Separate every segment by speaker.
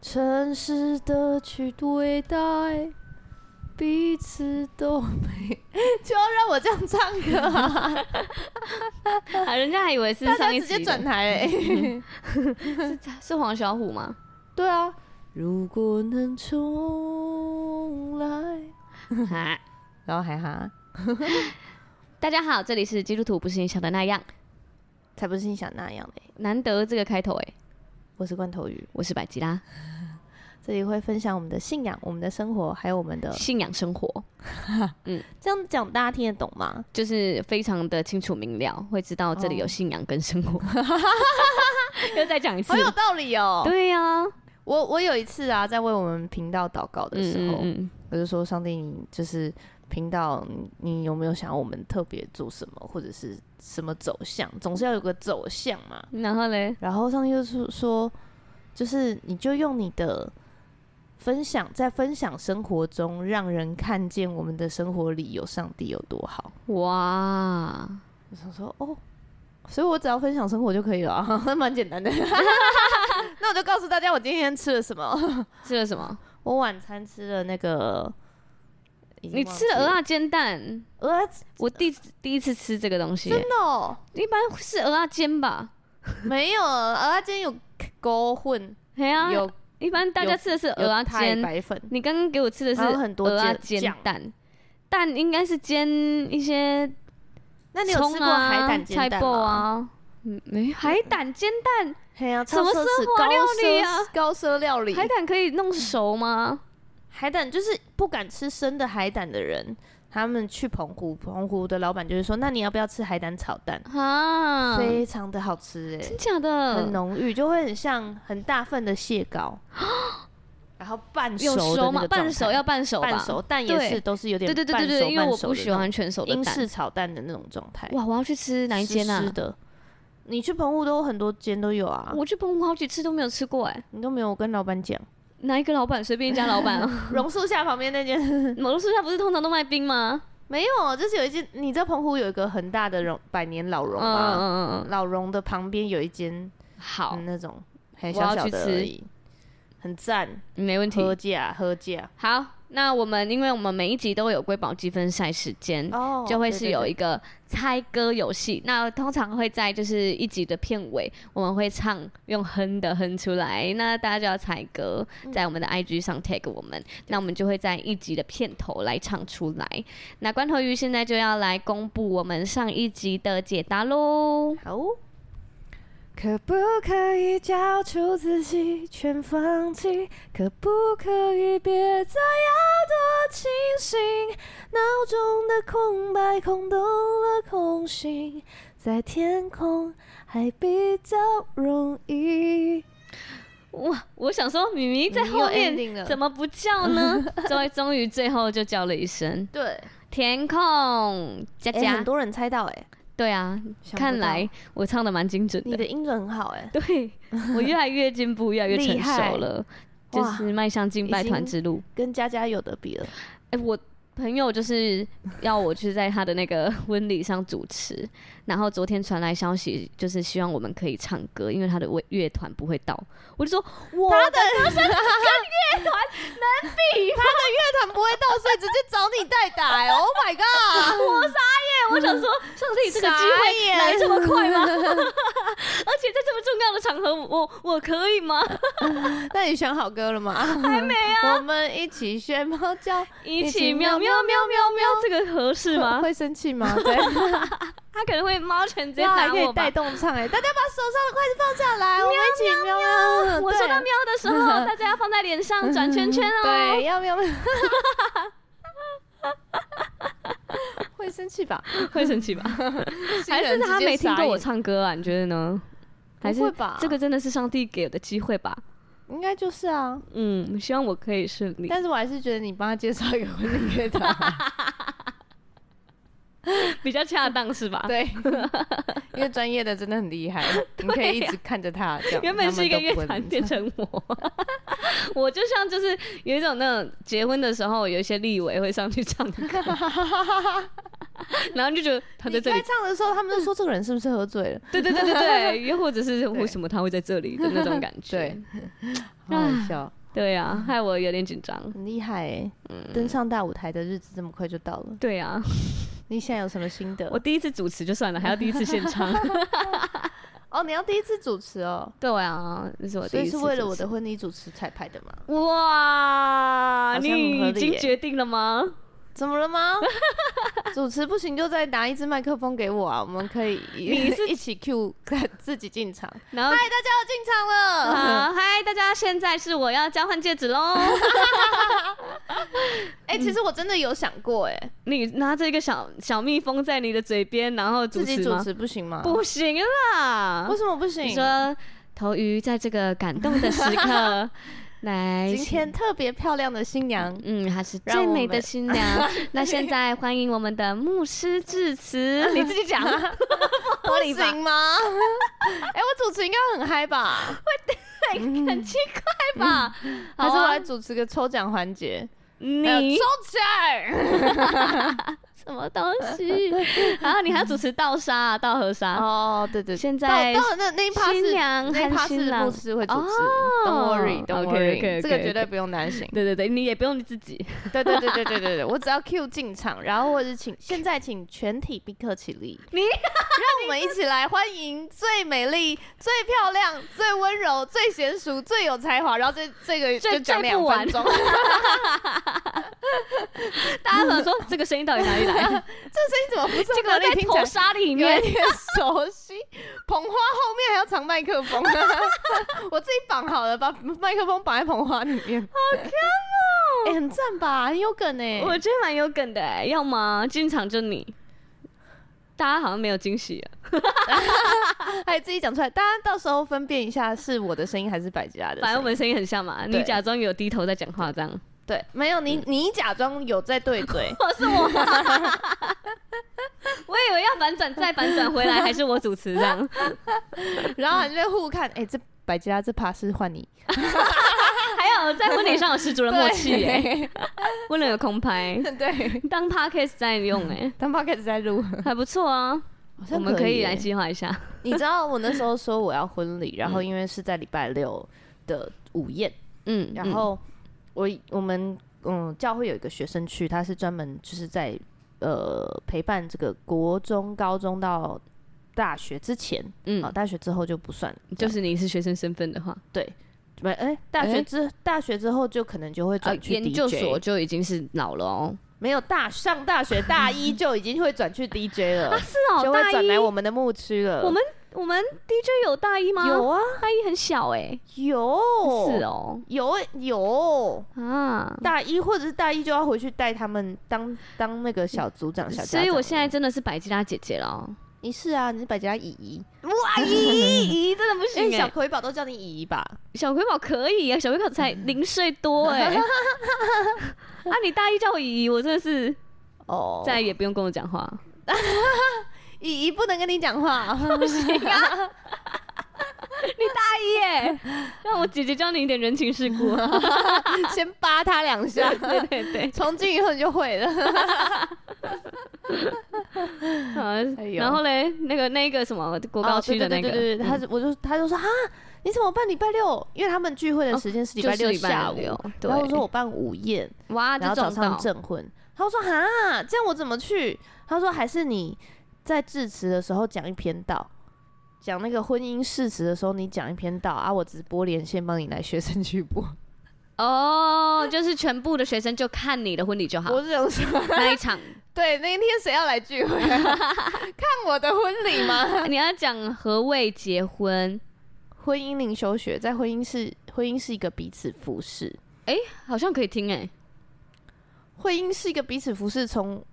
Speaker 1: 诚实的去对待，彼此都没。 就要让我这样唱歌 啊！
Speaker 2: 啊，人家还以为是
Speaker 1: 大家
Speaker 2: 上一
Speaker 1: 直
Speaker 2: 集
Speaker 1: 接
Speaker 2: 的
Speaker 1: 转台嘞。
Speaker 2: 是黄小琥吗？
Speaker 1: 对啊，如果能重来，
Speaker 2: 啊，
Speaker 1: 然后还哈，
Speaker 2: 大家好，这里是基督徒不是你想的那样，
Speaker 1: 才不是你想那样嘞。
Speaker 2: 难得这个开头哎、
Speaker 1: 我是罐头鱼，
Speaker 2: 我是百吉拉，
Speaker 1: 这里会分享我们的信仰、我们的生活，还有我们的
Speaker 2: 信仰生活
Speaker 1: 这样讲，大家听得懂吗？
Speaker 2: 就是非常的清楚明了，会知道这里有
Speaker 1: 哦
Speaker 2: 信仰跟生 活。又再讲一次
Speaker 1: 好，有道理哦！
Speaker 2: 对呀、
Speaker 1: 我我有一次啊，在为我们频道祷告的时候，
Speaker 2: 嗯
Speaker 1: 我就说：“上帝，你就是频道，你你有没有想要我们特别做什么，或者是什么走向？总是要有个走向嘛。”
Speaker 2: 嗯，然后嘞，
Speaker 1: 然后上帝就是说，就是你就用你的分享，在分享生活中，让人看见我们的生活里有上帝有多好。
Speaker 2: 哇，
Speaker 1: 我想说，哦，所以我只要分享生活就可以了啊， 那蛮简单的。那我就告诉大家我今天吃了什么。
Speaker 2: 吃了什么？
Speaker 1: 我晚餐吃了那个，已经
Speaker 2: 你
Speaker 1: 忘
Speaker 2: 吃
Speaker 1: 记
Speaker 2: 了鹅啊煎蛋，
Speaker 1: 鹅啊，
Speaker 2: 我第一次第一次吃这个东西、
Speaker 1: 真的哦、
Speaker 2: 一般是鹅啊煎吧？
Speaker 1: 没有鹅啊，今天有勾混，
Speaker 2: 哎呀、
Speaker 1: 有
Speaker 2: 一般大家吃的是鹅
Speaker 1: 有
Speaker 2: 啊
Speaker 1: 太
Speaker 2: 煎，
Speaker 1: 白粉，
Speaker 2: 你刚刚给我吃的是
Speaker 1: 还有很多
Speaker 2: 鹅啊
Speaker 1: 酱
Speaker 2: 煎
Speaker 1: 酱
Speaker 2: 蛋，蛋应该是煎一些
Speaker 1: 那你有
Speaker 2: 葱
Speaker 1: 吃过海
Speaker 2: 啊、
Speaker 1: 胆
Speaker 2: 菜
Speaker 1: 煎蛋
Speaker 2: 脯
Speaker 1: 吗？
Speaker 2: 啊。嗯，没海胆煎蛋，
Speaker 1: 嘿呀、
Speaker 2: 什么
Speaker 1: 超奢
Speaker 2: 奢
Speaker 1: 侈
Speaker 2: 华
Speaker 1: 高
Speaker 2: 料
Speaker 1: 奢
Speaker 2: 理啊
Speaker 1: 高奢料理，
Speaker 2: 海胆可以弄熟吗？
Speaker 1: 海胆就是不敢吃生的海胆的人，他们去澎湖，澎湖的老板就是说，那你要不要吃海胆炒蛋？
Speaker 2: 啊，
Speaker 1: 非常的好吃哎、
Speaker 2: 真假
Speaker 1: 嗯很
Speaker 2: 的？
Speaker 1: 浓郁，就会很像很大份的蟹 膏，然后半
Speaker 2: 有
Speaker 1: 熟的那
Speaker 2: 吗？
Speaker 1: 个
Speaker 2: 半
Speaker 1: 状
Speaker 2: 熟
Speaker 1: 态
Speaker 2: 要半熟吧？
Speaker 1: 半熟，蛋也
Speaker 2: 对
Speaker 1: 是都是有点
Speaker 2: 对对对
Speaker 1: 半
Speaker 2: 对
Speaker 1: 熟
Speaker 2: 对，因为
Speaker 1: 半
Speaker 2: 我
Speaker 1: 熟
Speaker 2: 不
Speaker 1: 的
Speaker 2: 喜
Speaker 1: 那
Speaker 2: 欢全熟
Speaker 1: 种
Speaker 2: 的
Speaker 1: 英
Speaker 2: 蛋。
Speaker 1: 式炒蛋的那种状态，
Speaker 2: 哇，我要去吃哪一间啊
Speaker 1: 湿？的。你去澎湖都很多间都有啊，
Speaker 2: 我去澎湖好几次都没有吃过哎、
Speaker 1: 你都没有跟老板 讲。
Speaker 2: 哪一个老板随便一家老 板啊？
Speaker 1: 榕树下旁边那间
Speaker 2: 某路树下不是通常都卖冰吗？
Speaker 1: 没有，就是有一间，你知道澎湖有一个很大的榕百年老榕
Speaker 2: 嗯
Speaker 1: 吗？
Speaker 2: 嗯嗯嗯，
Speaker 1: 老榕的旁边有一间、
Speaker 2: 好
Speaker 1: 嗯，那种很
Speaker 2: 我要
Speaker 1: 小小
Speaker 2: 去
Speaker 1: 的
Speaker 2: 吃
Speaker 1: 而已，很赞，
Speaker 2: 没问题。
Speaker 1: 喝价喝价
Speaker 2: 好，那我们因为我们每一集都有瑰宝积分赛时间，
Speaker 1: 哦
Speaker 2: 嗯就会是有一
Speaker 1: 个
Speaker 2: 个猜歌游戏。那通常会在就是一集的片尾，我们会唱用哼的哼出来，那大家就要猜歌，在我们的 IG 上 tag 我们，那我们就会在一集的片头来唱出来。那关头鱼现在就要来公布我们上一集的解答喽。
Speaker 1: 好。可不可以交出自己，全放弃？可不可以别再要多清醒？脑中的空白空洞了空心，在天空还比较容易。
Speaker 2: 哇，我想说米米在
Speaker 1: 你有
Speaker 2: 后面
Speaker 1: ending 了
Speaker 2: 怎么不叫 呢？终于终于最后就叫了一声。
Speaker 1: 对，
Speaker 2: 填空，佳
Speaker 1: 哎、
Speaker 2: 佳，
Speaker 1: 很多人猜到哎、
Speaker 2: 对啊，
Speaker 1: 想不
Speaker 2: 看
Speaker 1: 到
Speaker 2: 来我唱的蛮精准
Speaker 1: 你
Speaker 2: 的，
Speaker 1: 的音准很好哎、
Speaker 2: 对我越来越进步，越来越成
Speaker 1: 厉害
Speaker 2: 熟了，就
Speaker 1: 哇
Speaker 2: 是迈向敬拜团之路。
Speaker 1: 跟佳佳有得比了。
Speaker 2: 哎、我朋友就是要我去在他的那个婚礼上主持，然后昨天传来消息，就是希望我们可以唱歌，因为他的乐乐团不会到，我
Speaker 1: 嗯
Speaker 2: 就说我
Speaker 1: 他的歌声跟乐团能比吗？他的乐团不会到，所以直接找你代打、哎 Oh my god！
Speaker 2: 哎我想说，上帝这个
Speaker 1: 傻
Speaker 2: 机会
Speaker 1: 眼
Speaker 2: 来这么快吗？而且在这么重要的场合，我我可以 吗？
Speaker 1: 那你选好歌了吗？还没啊。我们一起学猫叫，
Speaker 2: 一起喵喵喵喵喵，这个合适吗？
Speaker 1: 会生气 吗？对，
Speaker 2: 他可能会猫拳直接
Speaker 1: 然后还
Speaker 2: 打
Speaker 1: 可以
Speaker 2: 我
Speaker 1: 带
Speaker 2: 吧。
Speaker 1: 动唱哎、大家把手上的筷子放下来，我们一起喵喵。
Speaker 2: 我
Speaker 1: 嗯对
Speaker 2: 说到喵 的时候，大家要放在脸上转圈圈哦。
Speaker 1: 对，要喵 喵。会生气吧？
Speaker 2: 会生 气吧？还是他没听过我唱歌啊？你觉得呢？还是
Speaker 1: 不会吧
Speaker 2: 这个真的是上帝给的机会吧？
Speaker 1: 应该就是啊，
Speaker 2: 嗯，希望我可以顺利。
Speaker 1: 但是我还是觉得你帮他介绍一个婚礼乐团，
Speaker 2: 比较恰当是吧？
Speaker 1: 对，因为专业的真的很厉害， 你可以一直看着他这样。
Speaker 2: 啊原本是一个乐
Speaker 1: 他 们都不
Speaker 2: 团，
Speaker 1: 会
Speaker 2: 变成我， 我就像就是 有一种那种结婚的时候，有一些立委会上去唱歌，然后就觉得他在
Speaker 1: 你
Speaker 2: 这
Speaker 1: 该
Speaker 2: 里，
Speaker 1: 唱的时候，他们就说这个人是不是喝醉了？
Speaker 2: 对对对对对，又或者是
Speaker 1: 对
Speaker 2: 为什么他会在这里的那种感觉，
Speaker 1: 对，好好笑，
Speaker 2: 对啊，害我有点紧张。
Speaker 1: 很厉害哎！
Speaker 2: 嗯
Speaker 1: 登上大舞台的日子这么快就到了，
Speaker 2: 对啊，
Speaker 1: 你现在有什么心得
Speaker 2: 我？第一次主持就算了，还要第一次现 场。
Speaker 1: 哦，你要第一次主持哦，
Speaker 2: 对啊，这是我第
Speaker 1: 所
Speaker 2: 一
Speaker 1: 以是
Speaker 2: 次主持。
Speaker 1: 为了我的婚礼主持彩排的嘛？
Speaker 2: 哇，
Speaker 1: 好像很合
Speaker 2: 你已
Speaker 1: 理
Speaker 2: 经
Speaker 1: 耶
Speaker 2: 决定了吗？
Speaker 1: 怎么了 吗？主持不行就再拿一支麦克风给我啊，我们可以一起 Q 自己进场。
Speaker 2: 然后
Speaker 1: 嗨，嗯大家要进场了！
Speaker 2: 啊，嗨，大家，现在是我要交换戒指 喽。
Speaker 1: 哎，其实我真的有想过，哎，
Speaker 2: 你拿着一个小小蜜蜂在你的嘴边，然后主
Speaker 1: 自己
Speaker 2: 持
Speaker 1: 主
Speaker 2: 吗？
Speaker 1: 持不行吗？，
Speaker 2: 不行啦
Speaker 1: 为！什么不行？
Speaker 2: 你说头鱼在这个感动的时 刻，来，
Speaker 1: 今天特别漂亮的新 娘，
Speaker 2: 嗯，她是
Speaker 1: 让
Speaker 2: 最
Speaker 1: 我
Speaker 2: 美的
Speaker 1: 们
Speaker 2: 新 娘。那现在欢迎我们的牧师致辞， 你自己讲，
Speaker 1: 不行 吗？哎，我主持应该很嗨吧？
Speaker 2: 很奇怪吧？
Speaker 1: 还是
Speaker 2: 好
Speaker 1: 我
Speaker 2: 啊
Speaker 1: 来主持个抽奖环节？哎呦
Speaker 2: 你
Speaker 1: 抽起来！
Speaker 2: 什么东 西？然后你还要主持倒沙啊，倒河沙。
Speaker 1: 哦，对对，对
Speaker 2: 现在
Speaker 1: 到到了那那一趴
Speaker 2: 新
Speaker 1: 是
Speaker 2: 娘
Speaker 1: 那一趴
Speaker 2: 和新
Speaker 1: 是
Speaker 2: 郎
Speaker 1: 牧师会主持
Speaker 2: 哦
Speaker 1: ，Don't worry，Don't
Speaker 2: OK，OK，OK，OK
Speaker 1: worry，这个绝对不用担心。
Speaker 2: 对对对，你也不用你自己。
Speaker 1: 对对对对对对对，我只要 Q 进场，然后或者请现在请全体宾客起立，
Speaker 2: 你
Speaker 1: 让我们一起来欢迎最美丽、最漂亮、最温柔、最娴熟、最有才华，然后这这个
Speaker 2: 最
Speaker 1: 就讲
Speaker 2: 最
Speaker 1: 两
Speaker 2: 不完
Speaker 1: 分钟，
Speaker 2: 大家可能说这个声音到底哪里 来？
Speaker 1: 这声音怎么不是
Speaker 2: 这
Speaker 1: 合
Speaker 2: 个
Speaker 1: 理
Speaker 2: 在
Speaker 1: 听起
Speaker 2: 头
Speaker 1: 来
Speaker 2: 纱里
Speaker 1: 有
Speaker 2: 面
Speaker 1: 一。点熟悉，捧花后面还要藏麦克风，啊 我自己绑好了，把麦克风绑在捧花里面，好 看哦，哎、很赞吧，很有梗哎、
Speaker 2: 我觉得蛮有梗的、欸，要吗？进场就你，大家好像没有惊喜啊。
Speaker 1: 还自己讲出来，大家到时候分辨一下是我的声音还是百吉拉的声音。
Speaker 2: 反正我们声音很像嘛，
Speaker 1: 对
Speaker 2: 你假装有低头在讲话这样。
Speaker 1: 对，没有你，你假装有在
Speaker 2: ，
Speaker 1: 对嘴
Speaker 2: 哦，是嗯我，我以为要反转再反转回来，还是我主持 这样。
Speaker 1: 然后还在互看，哎、这百吉拉这趴是换你，
Speaker 2: 还有在婚礼上有十足的默契耶、
Speaker 1: 对
Speaker 2: 不能有空拍，
Speaker 1: 对，
Speaker 2: 当 podcast 在用 哎、
Speaker 1: 当 p o d 在 录，
Speaker 2: 还不错啊。
Speaker 1: 好像
Speaker 2: 我们可以
Speaker 1: 耶
Speaker 2: 来。计划一下。
Speaker 1: 你知道我那时候说我要婚礼，然后因为是在礼拜六的午宴，
Speaker 2: 嗯，
Speaker 1: 然后我我们嗯教会有一个学生区，他是专门就是在呃陪伴这个国中、高中到大学之前，
Speaker 2: 嗯
Speaker 1: 啊、大学之后就不算，。
Speaker 2: 就是是你是学生身份的话，
Speaker 1: 不，哎、大
Speaker 2: 哎呃
Speaker 1: 学之、大学之后就可能就会转去 DJ，、
Speaker 2: 研究所就已经是老了哦。
Speaker 1: 没有大上大学大一就已经会转去 DJ 了，
Speaker 2: 是哦
Speaker 1: 就会转来我们的牧区了。
Speaker 2: 我们我们 DJ 有大一吗？
Speaker 1: 有啊，
Speaker 2: 大一很小哎、
Speaker 1: 有
Speaker 2: 是
Speaker 1: 哦，
Speaker 2: 哦，
Speaker 1: 有有
Speaker 2: 啊，
Speaker 1: 大一或者是大一就要回去带他们当当那个小组长、小家
Speaker 2: 所
Speaker 1: 长。
Speaker 2: 以我现在真的是百吉拉姐姐了哦。
Speaker 1: 你是啊，你是百家姨姨，
Speaker 2: 哇，姨姨真的不
Speaker 1: 哎、
Speaker 2: 行哎、
Speaker 1: 小葵宝都叫你姨姨吧？
Speaker 2: 小小瑰宝可以啊，小瑰宝才零岁多 哎、啊，你大一叫我姨姨，我真的是
Speaker 1: 哦，
Speaker 2: 再也不用跟我讲话。
Speaker 1: 姨姨不能跟你讲话，
Speaker 2: 大一耶、让我姐姐教你一点人情世 故。
Speaker 1: 先扒她两下。
Speaker 2: 对对 对，
Speaker 1: 从今以后你就会了。
Speaker 2: 啊
Speaker 1: 哎，呦
Speaker 2: 然后嘞，那个那个什么国高区的那个，
Speaker 1: 哦对对对对对，他
Speaker 2: 嗯
Speaker 1: 就我就他就说哈，你怎么办礼拜六？因为他们聚会的时间哦是礼拜
Speaker 2: 就
Speaker 1: 六
Speaker 2: 是礼拜
Speaker 1: 下午，
Speaker 2: 六对
Speaker 1: 然后我说我办午宴，
Speaker 2: 哇，
Speaker 1: 然
Speaker 2: 就
Speaker 1: 后早
Speaker 2: 撞
Speaker 1: 上
Speaker 2: 到，
Speaker 1: 证婚。他说哈，这样我怎么去？他说还是你在致辞的时候讲一篇道。讲那个婚姻事实的时候，你讲一篇道啊，我直播连线帮你来学生去播。
Speaker 2: 哦，就是全部的学生就看你的婚礼就好，
Speaker 1: 我是想说，
Speaker 2: 那一场
Speaker 1: 对，那一天谁要来聚会、啊？ 看我的婚礼吗？
Speaker 2: 哎你要讲何谓结婚，
Speaker 1: 婚姻灵修学在婚姻是婚姻是一个彼此服侍，
Speaker 2: 好像可以听哎、
Speaker 1: 婚姻是一个彼此服侍，从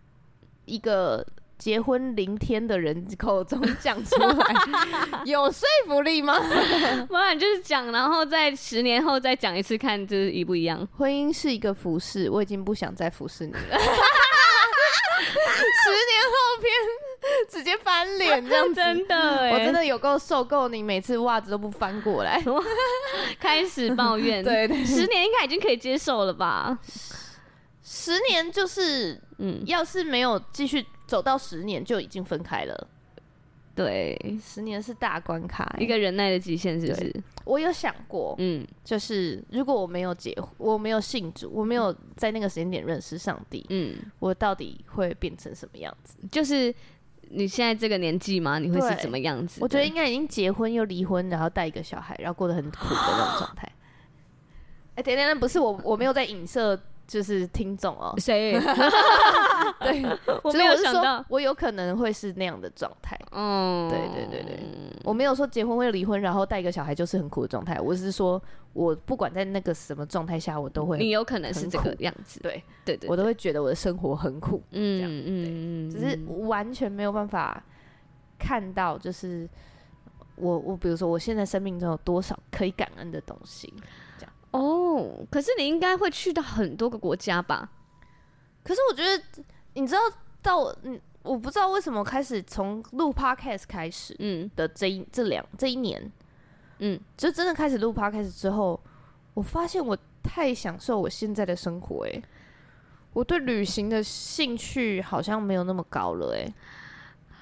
Speaker 1: 一个结婚零天的人口中 讲出来， 有说服力吗？
Speaker 2: 不然就是讲，然后在十年后再讲一次，看就是一不一样。
Speaker 1: 婚姻是一个服侍，我已经不想再服侍你了。十 年后篇直接翻脸这样子，
Speaker 2: 真的哎、
Speaker 1: 我真的有够受够你每次袜子都不翻过来。
Speaker 2: 开始抱 怨。，
Speaker 1: 对对，
Speaker 2: 十年应该已经可以接受了吧？
Speaker 1: 十年就是
Speaker 2: 嗯，
Speaker 1: 要是没有继续走到十年就已经分开了，
Speaker 2: 对，
Speaker 1: 十年是大关卡欸、
Speaker 2: 一个忍耐的极限是不是？
Speaker 1: 我有想过，
Speaker 2: 嗯，
Speaker 1: 就是如果我没有结，我没有信主，我没有在那个时间点认识上帝，
Speaker 2: 嗯，
Speaker 1: 我到底会变成什么样子？
Speaker 2: 就是你现在这个年纪嘛，你会是
Speaker 1: 对
Speaker 2: 怎么样子的？
Speaker 1: 我觉得应该已经结婚又离婚，然后带一个小孩，然后过得很苦的那种状态。哎、等等等，不是我，我没有在影射，就是听众哦、
Speaker 2: 谁？
Speaker 1: 对，就
Speaker 2: 我
Speaker 1: 是
Speaker 2: 没有
Speaker 1: 是
Speaker 2: 想
Speaker 1: 说
Speaker 2: 到，
Speaker 1: 我有可能会是那样的状态。
Speaker 2: 嗯，
Speaker 1: 对对对对，我没有说结婚会离婚，然后带一个小孩就是很苦的状态。我是说，我不管在那个什么状态下，我都
Speaker 2: 你
Speaker 1: 会，
Speaker 2: 有可能是
Speaker 1: 很
Speaker 2: 这个
Speaker 1: 苦
Speaker 2: 样子，
Speaker 1: 对
Speaker 2: 对对，
Speaker 1: 我都会觉得我的生活很苦，这
Speaker 2: 嗯
Speaker 1: 样
Speaker 2: 嗯嗯，
Speaker 1: 只是完全没有办法看到，就是我我比如说我现在生命中有多少可以感恩的东西。
Speaker 2: 哦，可是你应该会去到很多个国家吧？
Speaker 1: 可是我觉得，你知道，到我嗯，我不知道为什么开始从录 podcast 开始
Speaker 2: 嗯
Speaker 1: 的这一这两这一年，
Speaker 2: 嗯，
Speaker 1: 就真的开始录 podcast 之后，我发现我太享受我现在的生活、欸，我对旅行的兴趣好像没有那么高了、欸，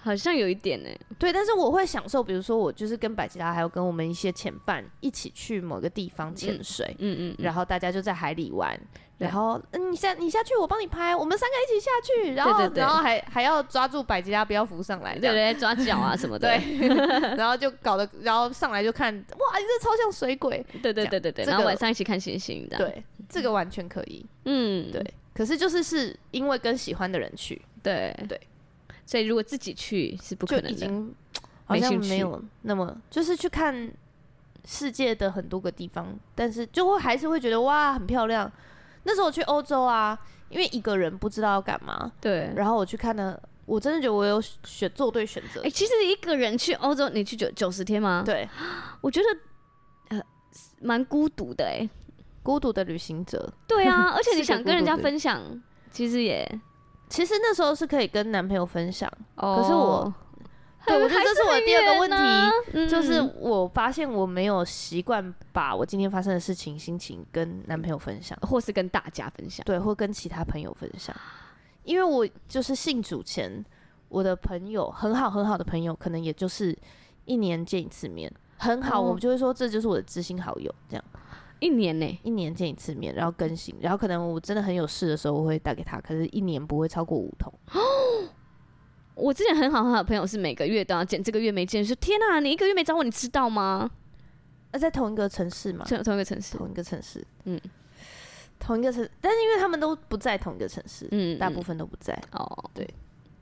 Speaker 2: 好像有一点欸呢、
Speaker 1: 对，但是我会享受，比如说我就是跟百吉拉还有跟我们一些前伴一起去某个地方潜水，
Speaker 2: 嗯嗯嗯，
Speaker 1: 然后大家就在海里玩，
Speaker 2: 对
Speaker 1: 然后、嗯、你下你下去，我帮你拍，我们三个一起下去，然后
Speaker 2: 对对对
Speaker 1: 然后还还要抓住百吉拉不要浮上来，
Speaker 2: 对
Speaker 1: 这样
Speaker 2: 对，抓脚啊什么 的，
Speaker 1: 对，然后就搞得，然后上来就看，哇，你这超像水鬼，
Speaker 2: 对对对对对，
Speaker 1: 这
Speaker 2: 然后
Speaker 1: 个
Speaker 2: 晚上一起看星星的，，
Speaker 1: 对，这个完全可以，
Speaker 2: 嗯，
Speaker 1: 对，可是就是是因为跟喜欢的人去，
Speaker 2: 对
Speaker 1: 对，
Speaker 2: 所以如果自己去是不
Speaker 1: 就
Speaker 2: 可
Speaker 1: 已
Speaker 2: 能的，
Speaker 1: 经好像
Speaker 2: 兴趣
Speaker 1: 没有那么，就是去看世界的很多个地方，但是就会还是会觉得哇，很漂亮。那时候我去欧洲啊，因为一个人不知道要干嘛，
Speaker 2: 对。
Speaker 1: 然后我去看了，我真的觉得我有选做对选择
Speaker 2: 哎、，其实一个人去欧洲，你去九九十天吗？，
Speaker 1: 对，
Speaker 2: 我觉得呃蛮孤独的哎、
Speaker 1: 孤独的旅行者。
Speaker 2: 对啊，而且
Speaker 1: 是
Speaker 2: 你
Speaker 1: 个
Speaker 2: 想
Speaker 1: 孤
Speaker 2: 跟人
Speaker 1: 独
Speaker 2: 家
Speaker 1: 的
Speaker 2: 分享，其实也，
Speaker 1: 其实那时候是可以跟男朋友分享，
Speaker 2: 可
Speaker 1: 是我对，我觉得这是我啊的第二个问题，
Speaker 2: 嗯
Speaker 1: 就是我发现我没有习惯把我今天发生的事情、心情跟男朋友分享，
Speaker 2: 或是跟大家分享。
Speaker 1: 对，或跟其他朋友分享，因为我就是信主前，我的朋友很好很好的朋友，可能也就是一年见一次面，很好，
Speaker 2: 哦
Speaker 1: 我们就会说这就是我的知心好友，这样
Speaker 2: 一年欸呢、
Speaker 1: 一年见一次面，然后更新，然后可能我真的很有事的时候，我会打给他，可是一年不会超过五通，
Speaker 2: 我之前很好很好的朋友是每个月都要见，这个月没见，说天呐，你一个月没找我，你知道吗？
Speaker 1: 那呃在同一个城市嘛，
Speaker 2: 同同一个城市，
Speaker 1: 同一个城市，
Speaker 2: 嗯，
Speaker 1: 同一个城，但是因为他们都不在同一个城市，
Speaker 2: 嗯，
Speaker 1: 大部
Speaker 2: 分
Speaker 1: 分都不在，
Speaker 2: 哦。
Speaker 1: 对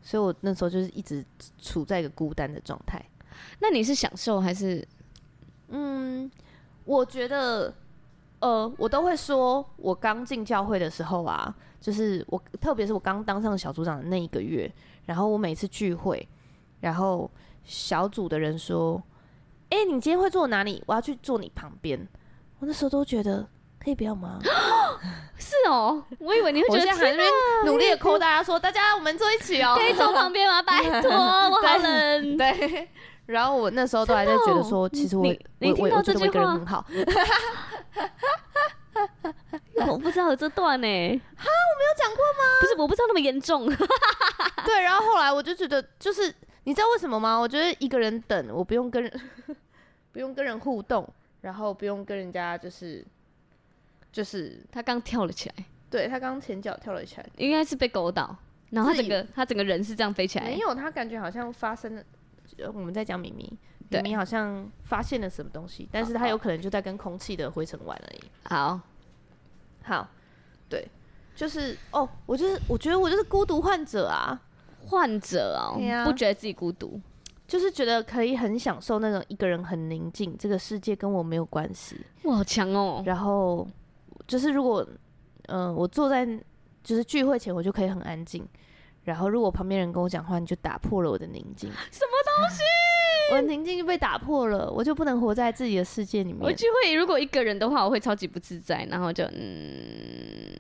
Speaker 1: 所以我那时候就是一直处在一个孤单的状态。
Speaker 2: 那你是享受还是
Speaker 1: 嗯，我觉得，呃，我都会说，我刚进教会的时候啊，就是我，特别是我刚当上小组长的那一个月，然后我每次聚会，然后小组的人说：“哎、你今天会坐哪里？我要去坐你旁边。”我那时候都觉得。可以不要吗？
Speaker 2: 是 哦？ 我以为你会觉
Speaker 1: 我
Speaker 2: 得
Speaker 1: 现在还在那
Speaker 2: 天
Speaker 1: 边努力的抠大家说，大家我们坐一起哦、
Speaker 2: 哪可以走旁 边吗？拜托，我好 冷。
Speaker 1: 对，然后我那时候都还在觉得说，其实我
Speaker 2: 哦你你
Speaker 1: 我
Speaker 2: 听
Speaker 1: 我
Speaker 2: 到
Speaker 1: 我觉得
Speaker 2: 这
Speaker 1: 我
Speaker 2: 句
Speaker 1: 一个人
Speaker 2: 话
Speaker 1: 很好，没有
Speaker 2: 我不知道有这段呢、哈，
Speaker 1: 讲过吗？
Speaker 2: 不是，我不知道那么严重。
Speaker 1: 对，然后后来我就觉得，就是你知道为什么吗？我觉得一个人等，我不用跟人 不用跟人互动，然后不用跟人家就是就是，
Speaker 2: 他刚跳了起来，
Speaker 1: 对他刚刚前脚跳了起来，
Speaker 2: 应该是被勾到，然后他
Speaker 1: 自
Speaker 2: 整
Speaker 1: 己
Speaker 2: 个他整个人是这样飞起来
Speaker 1: 没。有，他感觉好像发生了。呃我们在讲米米，米
Speaker 2: 对
Speaker 1: 米好像发现了什么东西，但是他有可能就在跟空气的灰尘玩而已。
Speaker 2: 好，
Speaker 1: 好，对，就是哦，我就是我觉得我就是孤独患者啊，
Speaker 2: 患者哦
Speaker 1: 对，啊
Speaker 2: 不觉得自己孤独。
Speaker 1: 就是觉得可以很享受那种一个人很宁静，这个世界跟我没有关系。
Speaker 2: 哇，好强哦！
Speaker 1: 然后就是如果嗯、呃我坐在就是聚会前，我就可以很安静。然后如果旁边人跟我讲话，你就打破了我的宁静，
Speaker 2: 什么东西？
Speaker 1: 我的宁静就被打破了，我就不能活在自己的世界里
Speaker 2: 我
Speaker 1: 面。
Speaker 2: 聚会如果一个人的话，我会超级不自在，然后就嗯，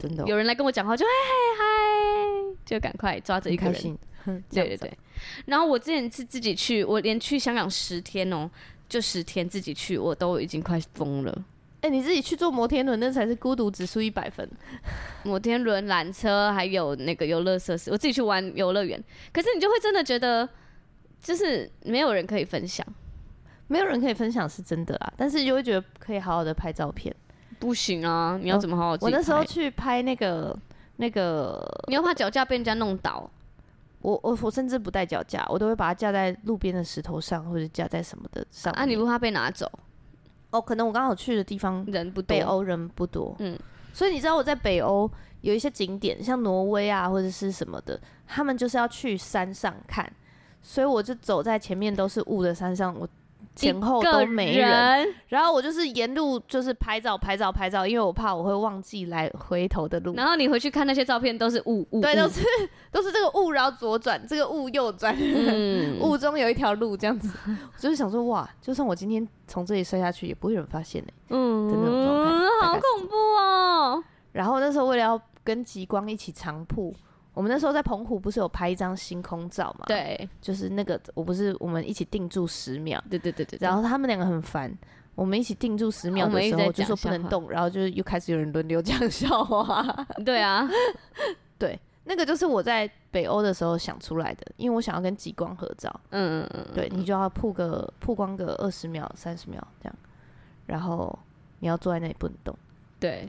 Speaker 1: 真的哦
Speaker 2: 有人来跟我讲话就嗨嗨嗨，就赶快抓着一
Speaker 1: 很
Speaker 2: 个
Speaker 1: 开
Speaker 2: 人。
Speaker 1: 心，哼这
Speaker 2: 对
Speaker 1: 样
Speaker 2: 对
Speaker 1: 子啊哦
Speaker 2: 对。然后我之前是自己去，我连去香港十天哦、就十天自己去，我都已经快疯了。
Speaker 1: 哎、你自己去坐摩天轮，那才是孤独指数一百分。
Speaker 2: 摩天轮、缆车，还有那个游乐设施，我自己去玩游乐园，可是你就会真的觉得，就是没有人可以分享，
Speaker 1: 没有人可以分享是真的啦，但是就会觉得可以好好的拍照片。
Speaker 2: 不行啊！你要怎么好好自
Speaker 1: 我
Speaker 2: 己拍？
Speaker 1: 那时候去拍那个那个，
Speaker 2: 你要怕脚架被人家弄倒，
Speaker 1: 我我我甚至不带脚架，我都会把它架在路边的石头上，或者架在什么的上面。
Speaker 2: 啊，你不怕被拿走？
Speaker 1: 哦，可能我刚好去的地方
Speaker 2: 人不嗯多
Speaker 1: 北，欧人不多，嗯
Speaker 2: 嗯，
Speaker 1: 所以你知道我在北欧有一些景点，像挪威啊或者是什么的，他们就是要去山上看，所以我就走在前面都是雾的山上，我前后都没
Speaker 2: 一个
Speaker 1: 人，
Speaker 2: 人，
Speaker 1: 然后我就是沿路就是拍照拍照拍照，因为我怕我会忘记来回头的路。
Speaker 2: 然后你回去看那些照片，都是雾雾，
Speaker 1: 对，
Speaker 2: 雾
Speaker 1: 都是都是这个雾，然后左转，这个雾右转，
Speaker 2: 嗯
Speaker 1: 雾中有一条路这样子。 我就是想说，哇，就算我今天从这里摔下去，也不会有人发现呢、欸
Speaker 2: 嗯
Speaker 1: 的那种状态大概
Speaker 2: 好
Speaker 1: 是
Speaker 2: 恐怖哦！
Speaker 1: 然后那时候为了要跟极光一起长铺，我们那时候在澎湖不是有拍一张星空照嘛？，
Speaker 2: 对
Speaker 1: 就是那个我不是我们一起定住十秒，
Speaker 2: 对对对对，
Speaker 1: 然
Speaker 2: 后
Speaker 1: 后他们两个很烦。我们一起定住十秒
Speaker 2: 我
Speaker 1: 的
Speaker 2: 们一
Speaker 1: 时
Speaker 2: 直在
Speaker 1: 候，就
Speaker 2: 讲
Speaker 1: 说不能
Speaker 2: 笑话
Speaker 1: 动，然后就是又开始有人轮流讲笑话。
Speaker 2: 对啊，
Speaker 1: 对，那个就是我在北欧的时候想出来的，因为我想要跟极光合照。
Speaker 2: 嗯，嗯
Speaker 1: 对你就要曝个曝光个二十秒、三十秒这样，然后你要坐在那里不能动，
Speaker 2: 对，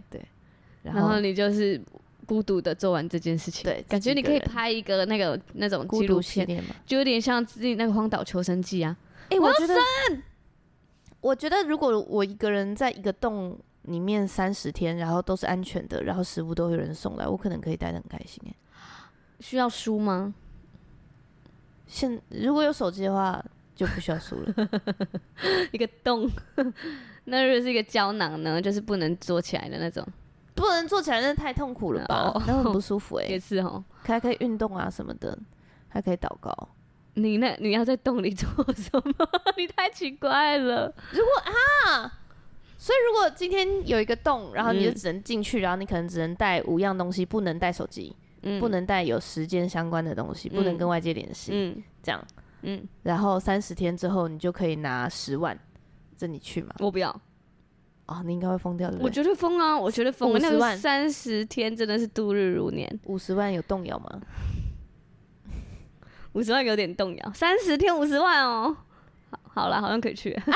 Speaker 1: 然
Speaker 2: 然
Speaker 1: 后
Speaker 2: 后你就是孤独的做完这件事情，
Speaker 1: 对
Speaker 2: 感觉
Speaker 1: 自己
Speaker 2: 你
Speaker 1: 一个
Speaker 2: 可以
Speaker 1: 人
Speaker 2: 拍一个那个那种
Speaker 1: 孤
Speaker 2: 纪录
Speaker 1: 独系
Speaker 2: 片，
Speaker 1: 列嘛。
Speaker 2: 就有点像自己那个《荒岛求生记》啊，
Speaker 1: 哎、我觉得，我觉得如果我一个人在一个洞里面三十天，然后都是安全的，然后食物都有人送来，我可能可以待得很开心、哎，
Speaker 2: 需要书 吗？
Speaker 1: 现如果有手机的话，就不需要输 了。
Speaker 2: 一个洞， 那如果是一个胶囊呢，就是不能做起来的那种，
Speaker 1: 不能坐起来，那太痛苦了吧
Speaker 2: 哦？
Speaker 1: 那很 不舒服哎、
Speaker 2: 也是哦。
Speaker 1: 还可以运动啊什么的，还可以祷告。
Speaker 2: 你那你要在洞里做什么？ 你太奇怪了。
Speaker 1: 所以如果今天有一个洞，然后你就
Speaker 2: 嗯
Speaker 1: 只能进去，然后你可能只能带五样东西，不能带手机，
Speaker 2: 嗯
Speaker 1: 不，能带有时间相关的东西，不能
Speaker 2: 嗯
Speaker 1: 跟外界联系，
Speaker 2: 嗯
Speaker 1: 这样。
Speaker 2: 嗯，
Speaker 1: 然后三十天之后，你就可以拿十万，这你去吗？
Speaker 2: 我不要，
Speaker 1: 哦，你应该会疯掉的。
Speaker 2: 我绝对疯啊！我绝对疯。我那
Speaker 1: 50
Speaker 2: 个
Speaker 1: 万
Speaker 2: 三十天真的是度日如年，
Speaker 1: 五十万有动摇吗？
Speaker 2: 五十万有点动摇，三十天五十万哦。好，好了，好像可以去。什么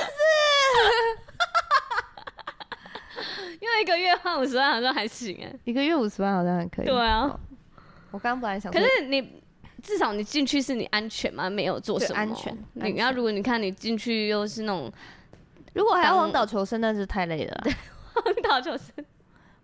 Speaker 2: 事？ 因为一个月换五十万好像还行哎、
Speaker 1: 一个月五十万好像还可以。
Speaker 2: 对啊，
Speaker 1: 我刚刚本来想
Speaker 2: 可
Speaker 1: 说，
Speaker 2: 是你至少你进去是你安全嘛，没有做
Speaker 1: 对
Speaker 2: 什么
Speaker 1: 安全安
Speaker 2: 你
Speaker 1: 全
Speaker 2: 要如果你看你进去又是 那种
Speaker 1: 如果还要
Speaker 2: 当
Speaker 1: 荒岛求生，那是太累了啦。
Speaker 2: 荒岛就是，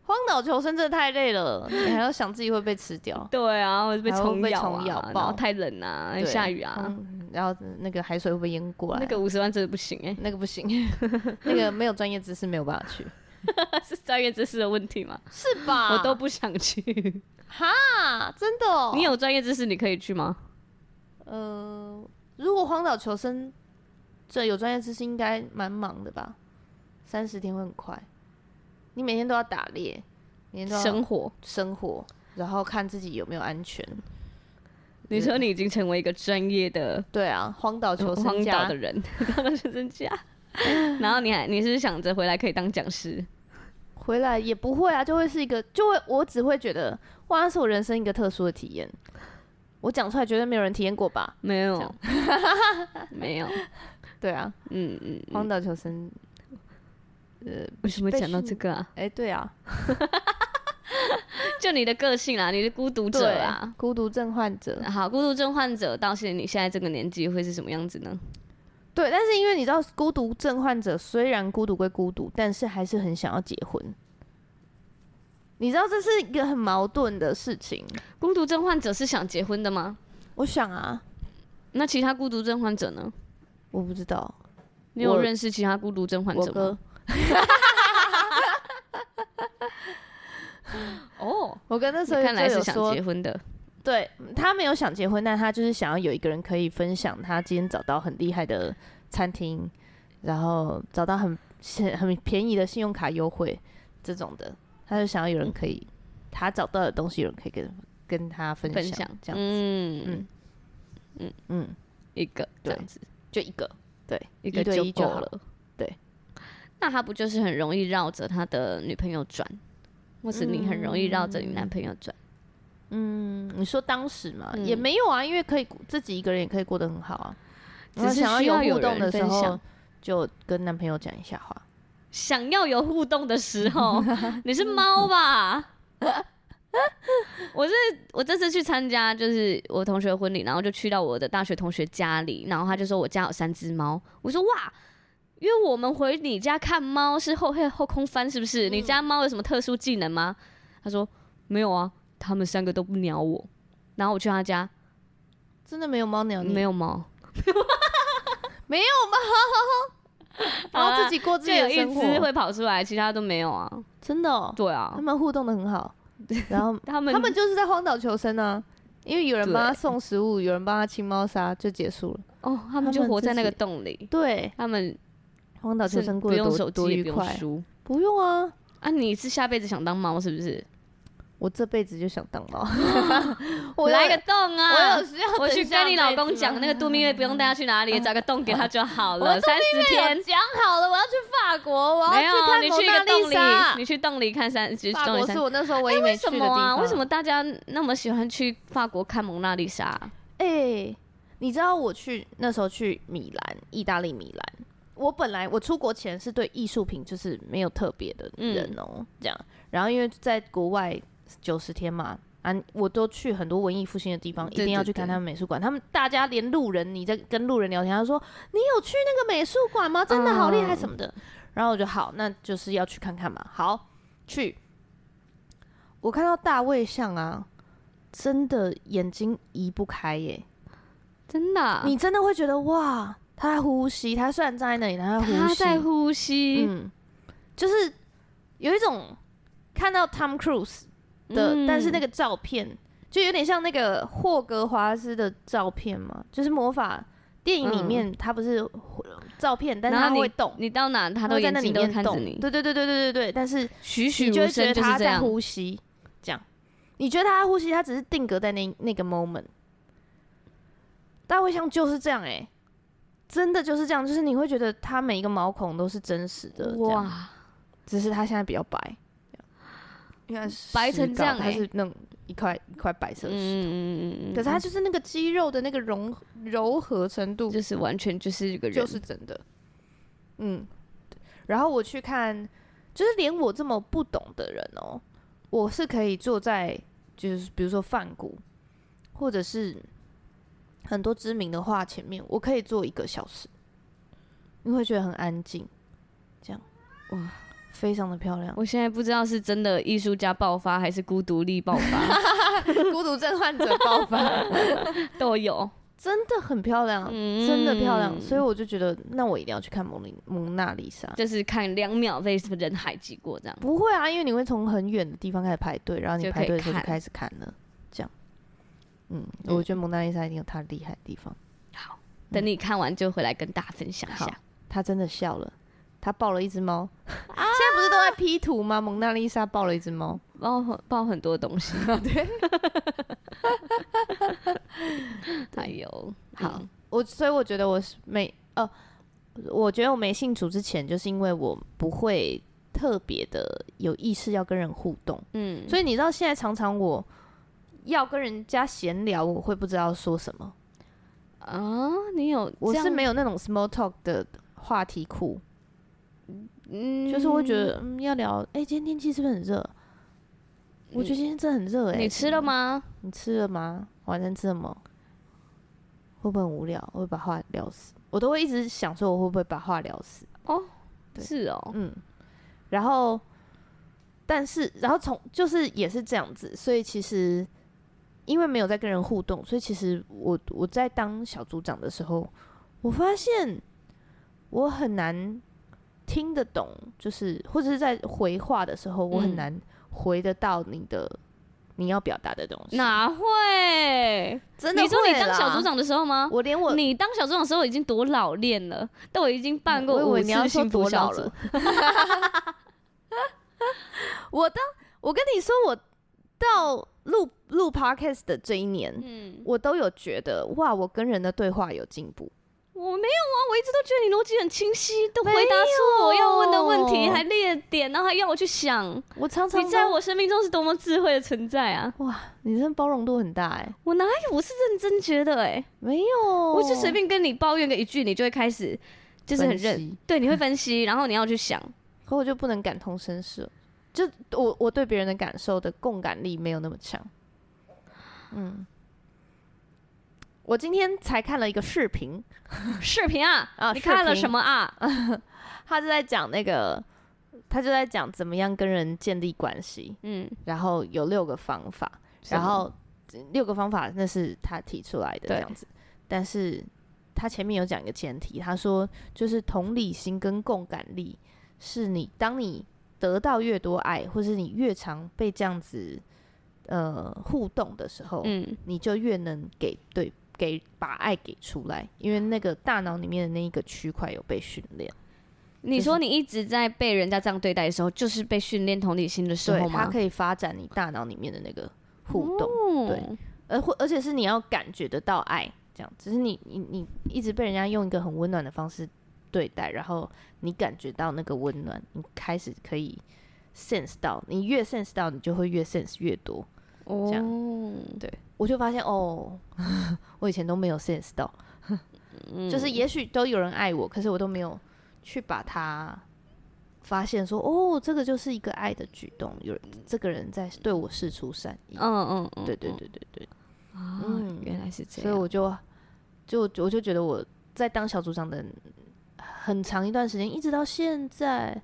Speaker 1: 荒岛求生真的太累了，你还要想自己会被吃 掉
Speaker 2: 对啊，或者被
Speaker 1: 还会
Speaker 2: 虫
Speaker 1: 被
Speaker 2: 咬啊，
Speaker 1: 虫咬
Speaker 2: 然
Speaker 1: 爆
Speaker 2: 后太冷啊，
Speaker 1: 对
Speaker 2: 下雨啊，
Speaker 1: 嗯然后那个海水会不会淹过来？
Speaker 2: 那个五十万真的不行哎、
Speaker 1: 那个不行，欸 那个没有专业知识没有办法去，
Speaker 2: 是专业知识的问题吗？
Speaker 1: 是吧
Speaker 2: 我都不想去。
Speaker 1: 哈，真的、哦。
Speaker 2: 你有专业知识，你可以去吗？
Speaker 1: 呃，如果荒岛求生，这有专业知识应该蛮忙的吧？三十天会很快，你每天都要打猎，每天都要
Speaker 2: 生活，
Speaker 1: 生活，然后看自己有没有安全。
Speaker 2: 你说你已经成为一个专业的
Speaker 1: 对啊，荒岛求生
Speaker 2: 荒岛
Speaker 1: 家
Speaker 2: 的，人， 当了学生家。然后你还你是想着回来可以当讲师，
Speaker 1: 回来也不会啊，就会是一个，就会我只会觉得，哇，那是我人生一个特殊的体验。我讲出来绝对没有人体验过吧？
Speaker 2: 没
Speaker 1: 这
Speaker 2: 有
Speaker 1: 样，
Speaker 2: 没有，
Speaker 1: 对啊，
Speaker 2: 嗯嗯，嗯
Speaker 1: 荒岛求生，
Speaker 2: 为什么
Speaker 1: 被
Speaker 2: 讲到
Speaker 1: 训
Speaker 2: 这个啊？
Speaker 1: 哎、对啊，
Speaker 2: 就你的个性啦，你是孤啊独者
Speaker 1: 对
Speaker 2: 啦。，
Speaker 1: 孤独症患者，
Speaker 2: 好，孤独症患者到现在你现在这个年纪会是什么样子呢？
Speaker 1: 对，但是因为你知道，孤独症患者虽然孤独归孤独，但是还是很想要结婚。你知道这是一个很矛盾的事情。
Speaker 2: 孤独症患者是想结婚的吗？
Speaker 1: 我想啊，
Speaker 2: 那其他孤独症患者呢？
Speaker 1: 我不知道，
Speaker 2: 你有
Speaker 1: 我
Speaker 2: 认识其他孤独症患
Speaker 1: 我
Speaker 2: 者
Speaker 1: 哥
Speaker 2: 吗？，哦，
Speaker 1: 我哥那时候
Speaker 2: 看来
Speaker 1: 就是有
Speaker 2: 想
Speaker 1: 说
Speaker 2: 结，婚的。
Speaker 1: 对嗯他没有想结婚，但他就是想要有一个人可以分享他今天找到很厉害的餐厅，然后找到很很便宜的信用卡优惠这种的，他就想要有人可以他找到的东西，有人可以跟跟他分享，
Speaker 2: 分享
Speaker 1: 这样子，
Speaker 2: 嗯
Speaker 1: 嗯
Speaker 2: 嗯
Speaker 1: 嗯
Speaker 2: 一个
Speaker 1: 对
Speaker 2: 这样子，
Speaker 1: 就一个。
Speaker 2: 一
Speaker 1: 一
Speaker 2: 个
Speaker 1: 对一就
Speaker 2: 够
Speaker 1: 好
Speaker 2: 了。
Speaker 1: 对，
Speaker 2: 那他不就是很容易绕着他的女朋友转，或是你很容易绕着你男朋友转？
Speaker 1: 嗯，你说当时嘛，
Speaker 2: 嗯
Speaker 1: 也没有啊，因为可以自己一个人也可以过得很好啊。
Speaker 2: 只
Speaker 1: 然后
Speaker 2: 是
Speaker 1: 想
Speaker 2: 需要
Speaker 1: 有
Speaker 2: 有
Speaker 1: 互动
Speaker 2: 人
Speaker 1: 的时
Speaker 2: 分
Speaker 1: 候
Speaker 2: 享，
Speaker 1: 就跟男朋友讲一下话。
Speaker 2: 想要有互动的时 候，你是猫吧？ 我是我这次去参加就是我同学的婚礼，然后就去到我的大学同学家里，然后他就说我家有三只猫，我说哇，因为我们回你家看猫是后后后空翻是不
Speaker 1: 嗯
Speaker 2: 是？你家猫有什么特殊技能吗？他说没有啊，他们三个都不鸟我，然后我去他家
Speaker 1: 真的没有猫鸟你，
Speaker 2: 没有猫，
Speaker 1: 没有猫，然后自己过自
Speaker 2: 啊
Speaker 1: 己
Speaker 2: 就有
Speaker 1: 的
Speaker 2: 一
Speaker 1: 生
Speaker 2: 只
Speaker 1: 活，
Speaker 2: 会跑出来，其他都没有啊。
Speaker 1: 真的、哦，
Speaker 2: 对啊
Speaker 1: 他，们互动的很 好，然后
Speaker 2: 他们
Speaker 1: 他们就是在荒岛求生啊，因为有人
Speaker 2: 对
Speaker 1: 帮他送食物，有人帮他清猫砂，就结束了。
Speaker 2: 哦，他们
Speaker 1: 他
Speaker 2: 就
Speaker 1: 们
Speaker 2: 活
Speaker 1: 自
Speaker 2: 在那个
Speaker 1: 己
Speaker 2: 洞里，
Speaker 1: 对，
Speaker 2: 他们
Speaker 1: 荒岛求
Speaker 2: 是
Speaker 1: 生过
Speaker 2: 不
Speaker 1: 得
Speaker 2: 用
Speaker 1: 多
Speaker 2: 手机
Speaker 1: 多
Speaker 2: 也
Speaker 1: 愉
Speaker 2: 不用
Speaker 1: 快，
Speaker 2: 书
Speaker 1: 不用啊，
Speaker 2: 啊！你是下辈子想当猫是不是？
Speaker 1: 我这辈子就想当 猫，我
Speaker 2: 来个
Speaker 1: 有，
Speaker 2: 洞啊！
Speaker 1: 我有
Speaker 2: 我
Speaker 1: 需要，
Speaker 2: 去跟你老公讲，那个度蜜月不用带他去 哪里，找个洞给他就好
Speaker 1: 我
Speaker 2: 了。
Speaker 1: 度
Speaker 2: 三十天
Speaker 1: 有讲好了，我要去法国，我
Speaker 2: 没
Speaker 1: 要去
Speaker 2: 有，
Speaker 1: 看
Speaker 2: 你
Speaker 1: 蒙
Speaker 2: 去一
Speaker 1: 娜
Speaker 2: 个洞
Speaker 1: 丽莎
Speaker 2: 里，你。去洞里看三，去
Speaker 1: 法
Speaker 2: 洞里
Speaker 1: 国
Speaker 2: 三
Speaker 1: 是。我那时候唯一没
Speaker 2: 为
Speaker 1: 去
Speaker 2: 什
Speaker 1: 的地
Speaker 2: 么
Speaker 1: 方。
Speaker 2: 啊？为什么大家那么喜欢去法国看蒙娜丽莎？啊
Speaker 1: 哎、你知道我去那时候去米兰，意大利米兰。我本来我出国前是对艺术品就是没有特别的
Speaker 2: 嗯
Speaker 1: 人哦、这样。然后因为在国外九十天嘛，啊，我都去很多文艺复兴的地方，一
Speaker 2: 对
Speaker 1: 定要
Speaker 2: 对
Speaker 1: 去看
Speaker 2: 对
Speaker 1: 他们美术馆。他们大家连路人，你在跟路人聊天，他说你有去那个美术馆吗？真的好厉害
Speaker 2: 嗯
Speaker 1: 什么的。然后我就好，那就是要去看看嘛。好，去。我看到大卫像啊，真的眼睛移不开耶、
Speaker 2: 真的啊，
Speaker 1: 你真的会觉得哇，他在呼吸，他虽然站在那里，但他在呼
Speaker 2: 他
Speaker 1: 吸，
Speaker 2: 在呼吸
Speaker 1: 嗯，就是有一种看到 Tom Cruise 的，
Speaker 2: 嗯
Speaker 1: 但是那个照片就有点像那个霍格华兹的照片嘛，就是魔法电影里面他不是呃照片，但是
Speaker 2: 然后
Speaker 1: 他会动，
Speaker 2: 你到哪他
Speaker 1: 它
Speaker 2: 都
Speaker 1: 会在
Speaker 2: 眼
Speaker 1: 那里
Speaker 2: 睛都
Speaker 1: 面
Speaker 2: 看着
Speaker 1: 动，
Speaker 2: 你，
Speaker 1: 对对对对对对对，但是
Speaker 2: 栩栩
Speaker 1: 你就
Speaker 2: 如
Speaker 1: 会觉
Speaker 2: 生
Speaker 1: 得
Speaker 2: 就
Speaker 1: 他
Speaker 2: 是这
Speaker 1: 在
Speaker 2: 样。
Speaker 1: 呼吸，这样，你觉得他在呼吸，他只是定格在那那个 moment。大卫像就是这样哎、真的就是这样，就是你会觉得他每一个毛孔都是真实的，哇，
Speaker 2: 哇，
Speaker 1: 只是他现在比较白，这样因为它是
Speaker 2: 白成
Speaker 1: 石膏
Speaker 2: 这样
Speaker 1: 它
Speaker 2: 欸
Speaker 1: 是那种一块一块白色
Speaker 2: 嗯
Speaker 1: 的
Speaker 2: 嗯
Speaker 1: 石头，
Speaker 2: 嗯嗯嗯，
Speaker 1: 可是他就是那个肌肉的那个融柔和程度，
Speaker 2: 就是完全就是一个人，
Speaker 1: 就是真的。嗯，然后我去看，就是连我这么不懂的人哦、我是可以坐在就是比如说饭谷，或者是很多知名的画前面，我可以坐一个小时，你会觉得很安静，这样
Speaker 2: 哇，
Speaker 1: 非常的漂亮。
Speaker 2: 我现在不知道是真的艺术家爆发还是孤独力爆 发，
Speaker 1: 孤独症患者爆发，
Speaker 2: 都有，
Speaker 1: 真的很漂亮，
Speaker 2: 嗯
Speaker 1: 真的漂亮，所以我就觉得那我一定要去看蒙丽蒙娜丽莎。
Speaker 2: 就是看两秒被人海挤过这样。
Speaker 1: 不会啊，因为你会从很远的地方开始排队，然后你
Speaker 2: 就可以
Speaker 1: 排队的时候就
Speaker 2: 看
Speaker 1: 开始看了，这样。嗯，
Speaker 2: 嗯
Speaker 1: 我觉得蒙娜丽莎一定有她厉害的地方，
Speaker 2: 等你看完就回来跟大家分享一
Speaker 1: 好
Speaker 2: 下。
Speaker 1: 她真的笑了，她抱了一只猫。现在不是都在 P 图吗？蒙娜丽莎抱了一只猫，
Speaker 2: 包包很多 东西，对，还有
Speaker 1: 好
Speaker 2: 嗯
Speaker 1: 我所以我觉得我是没呃，我觉得我没信主之前，就是因为我不会特别的有意识要跟人互动，
Speaker 2: 嗯，
Speaker 1: 所以你知道现在常常我要跟人家闲聊，我会不知道说什么。
Speaker 2: 啊，你有
Speaker 1: 我
Speaker 2: 这
Speaker 1: 是
Speaker 2: 样
Speaker 1: 没有那种 small talk 的话题库，
Speaker 2: 嗯
Speaker 1: 就是会觉得嗯要聊，哎、今天天气是不是很热？我觉得今天真的很热哎、
Speaker 2: 你吃了？吗？
Speaker 1: 你吃了吗？晚餐吃了吗？会不会很无聊？我会把话聊死，我都会一直想说我会不会把话聊死。对
Speaker 2: 是哦，
Speaker 1: 嗯，然后，但是，然后从就是也是这样子，所以其实因为没有在跟人互动，所以其实我我在当小组长的时候，我发现我很难听得懂，就是或者是在回话的时候，我很
Speaker 2: 嗯
Speaker 1: 难回得到你的你要表达的东西。
Speaker 2: 哪会？
Speaker 1: 真的？
Speaker 2: 你说你当小组，长的时候吗？
Speaker 1: 我连我
Speaker 2: 你当小组长的时候已经多老练了，都已经办过
Speaker 1: 我以
Speaker 2: 五
Speaker 1: 为你要
Speaker 2: 次
Speaker 1: 说
Speaker 2: 幸
Speaker 1: 多
Speaker 2: 福
Speaker 1: 老
Speaker 2: 小组
Speaker 1: 了。 我当我跟你说，我到录录 podcast 的这一年，
Speaker 2: 嗯，
Speaker 1: 我都有觉得哇，我跟人的对话有进步。
Speaker 2: 我没有啊，我一直都觉得你逻辑很清晰，都回
Speaker 1: 没
Speaker 2: 答出我要问的问题，
Speaker 1: 有
Speaker 2: 还列点，然后还要我去想。
Speaker 1: 我常常
Speaker 2: 你在
Speaker 1: 都
Speaker 2: 我生命中是哦多么智慧的存在啊！
Speaker 1: 哇，你真的包容度很大哎、
Speaker 2: 我哪有？我是认真觉得哎、
Speaker 1: 没有，
Speaker 2: 我就随便跟你抱怨个一句，你就会开始就是很
Speaker 1: 分
Speaker 2: 认
Speaker 1: 析，
Speaker 2: 对，你会分析，然后你要去想。
Speaker 1: 可我就不能感同身受，就我我对别人的感受的共感力没有那么强。嗯，我今天才看了一个视频，
Speaker 2: 视频啊，
Speaker 1: 啊
Speaker 2: 你看
Speaker 1: 视
Speaker 2: 了
Speaker 1: 频
Speaker 2: 什么啊？
Speaker 1: 他就在讲那个，他就在讲怎么样跟人建立关系，
Speaker 2: 嗯，
Speaker 1: 然后有六个方法，
Speaker 2: 什么
Speaker 1: 然后这六个方法那是他提出来的这
Speaker 2: 对
Speaker 1: 样子，但是他前面有讲一个前提，他说就是同理心跟共感力是你当你得到越多爱，或是你越常被这样子呃互动的时候，
Speaker 2: 嗯，
Speaker 1: 你就越能给对给把爱给出来，因为那个大脑里面的那一个区块有被训练，
Speaker 2: 你
Speaker 1: 就是
Speaker 2: 说你一直在被人家这样对待的时候，就是被训练同理心的时
Speaker 1: 对
Speaker 2: 候，
Speaker 1: 它
Speaker 2: 吗？
Speaker 1: 可以发展你大脑里面的那个互动。
Speaker 2: 哦
Speaker 1: 对而或而且是你要感觉得到爱，这样，只是你你你一直被人家用一个很温暖的方式对待，然后你感觉到那个温暖，你开始可以 sense 到，你越 sense 到，你就会越 sense 越多。这样
Speaker 2: 哦，
Speaker 1: 对我就发现哦， 我以前都没有 sense 到，
Speaker 2: 嗯
Speaker 1: 就是也许都有人爱我，可是我都没有去把它发现说，哦，这个就是一个爱的举动，有人这个人在对我示出善意。
Speaker 2: 嗯嗯嗯，
Speaker 1: 对对
Speaker 2: 嗯
Speaker 1: 对对对。
Speaker 2: 啊
Speaker 1: 嗯
Speaker 2: 原来是这
Speaker 1: 所以
Speaker 2: 样。
Speaker 1: 我就就我就觉得我在当小组长的很长一段时间，一直到现在，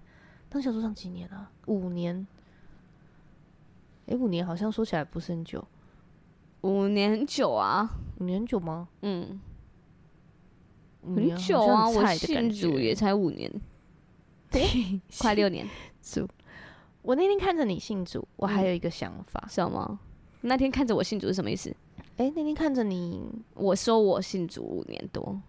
Speaker 1: 当小组长几年啊？五年。诶，五年好像说起来不是很久，
Speaker 2: 五年久啊，
Speaker 1: 五年很久吗？
Speaker 2: 嗯，
Speaker 1: 五
Speaker 2: 很
Speaker 1: 年好
Speaker 2: 久
Speaker 1: 像
Speaker 2: 啊，
Speaker 1: 很
Speaker 2: 我
Speaker 1: 菜的
Speaker 2: 信
Speaker 1: 感
Speaker 2: 主
Speaker 1: 觉
Speaker 2: 也才 五年，快六年，
Speaker 1: 主。我那天看着你信主，我还
Speaker 2: 嗯
Speaker 1: 有一个想法。
Speaker 2: 什么？那天看着我信主是什么意思？
Speaker 1: 诶，那天看着你，
Speaker 2: 我说我信主五年多，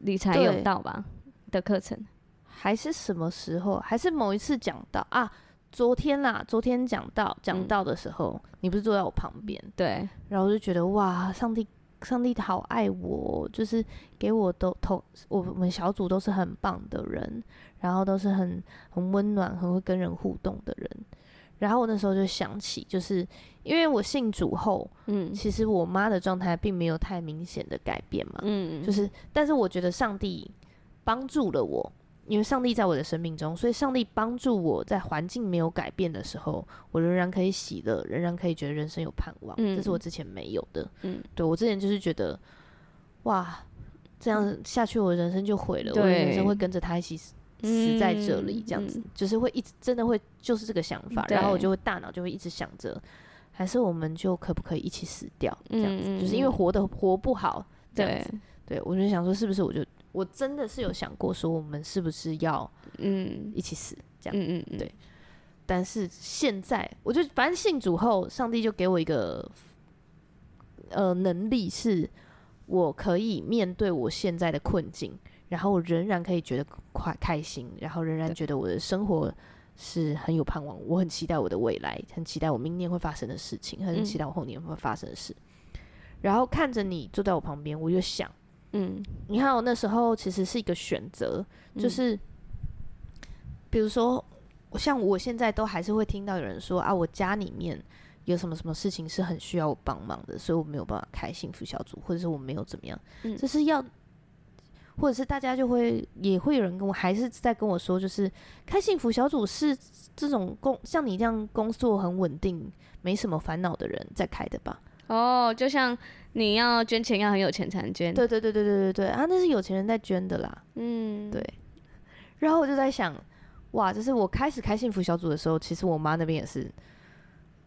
Speaker 2: 理财有
Speaker 1: 对
Speaker 2: 道吧的课程，
Speaker 1: 还是什么时候？还是某一次讲到啊？昨天啦，昨天讲到讲
Speaker 2: 嗯
Speaker 1: 到的时候，你不是坐在我旁边，
Speaker 2: 对，
Speaker 1: 然后我就觉得哇，上帝，上帝好爱我哦，就是给我都同我我们小组都是很棒的人，然后都是很很温暖、很会跟人互动的人。然后我那时候就想起，就是因为我信主后，
Speaker 2: 嗯
Speaker 1: 其实我妈的状态并没有太明显的改变嘛，
Speaker 2: 嗯，
Speaker 1: 就是，但是我觉得上帝帮助了我，因为上帝在我的生命中，所以上帝帮助我在环境没有改变的时候，我仍然可以喜乐，仍然可以觉得人生有盼望，
Speaker 2: 嗯
Speaker 1: 这是我之前没有的。
Speaker 2: 嗯，
Speaker 1: 对我之前就是觉得，哇，这样下去我的人生就毁了，我的
Speaker 2: 对
Speaker 1: 人生会跟着他一起死死在这里，这样子，
Speaker 2: 嗯
Speaker 1: 就是会一直真的会就是这个想法，
Speaker 2: 对
Speaker 1: 然后我就会大脑就会一直想着。还是我们就可不可以一起死掉？这
Speaker 2: 嗯
Speaker 1: 样子，
Speaker 2: 嗯
Speaker 1: 就是因为
Speaker 2: 嗯
Speaker 1: 活的活不好，这样
Speaker 2: 对
Speaker 1: 子，对，我就想说，是不是我就我真的是有想过说，我们是不是要
Speaker 2: 嗯
Speaker 1: 一起死这样？
Speaker 2: 嗯嗯，
Speaker 1: 对但是现在，我就反正信主后，上帝就给我一个呃能力，是我可以面对我现在的困境，然后我仍然可以觉得快开心，然后仍然
Speaker 2: 对
Speaker 1: 觉得我的生活。是很有盼望，我很期待我的未来，很期待我明年会发生的事情，很
Speaker 2: 嗯
Speaker 1: 期待我后年会发生的事。然后看着你坐在我旁边，我就想，
Speaker 2: 嗯，
Speaker 1: 你看我那时候其实是一个选择，就
Speaker 2: 嗯
Speaker 1: 是比如说，我像我现在都还是会听到有人说啊，我家里面有什么什么事情是很需要我帮忙的，所以我没有办法开幸福小组，或者是我没有怎么样，
Speaker 2: 嗯
Speaker 1: 这是要。或者是大家就会也会有人跟我，还是在跟我说，就是开幸福小组是这种工像你这样工作很稳定、没什么烦恼的人在开的吧？
Speaker 2: 哦，就像你要捐钱要很有钱才能捐，
Speaker 1: 对对对对对对对啊，那是有钱人在捐的啦。
Speaker 2: 嗯，
Speaker 1: 对然后我就在想，哇，就是我开始开幸福小组的时候，其实我妈那边也是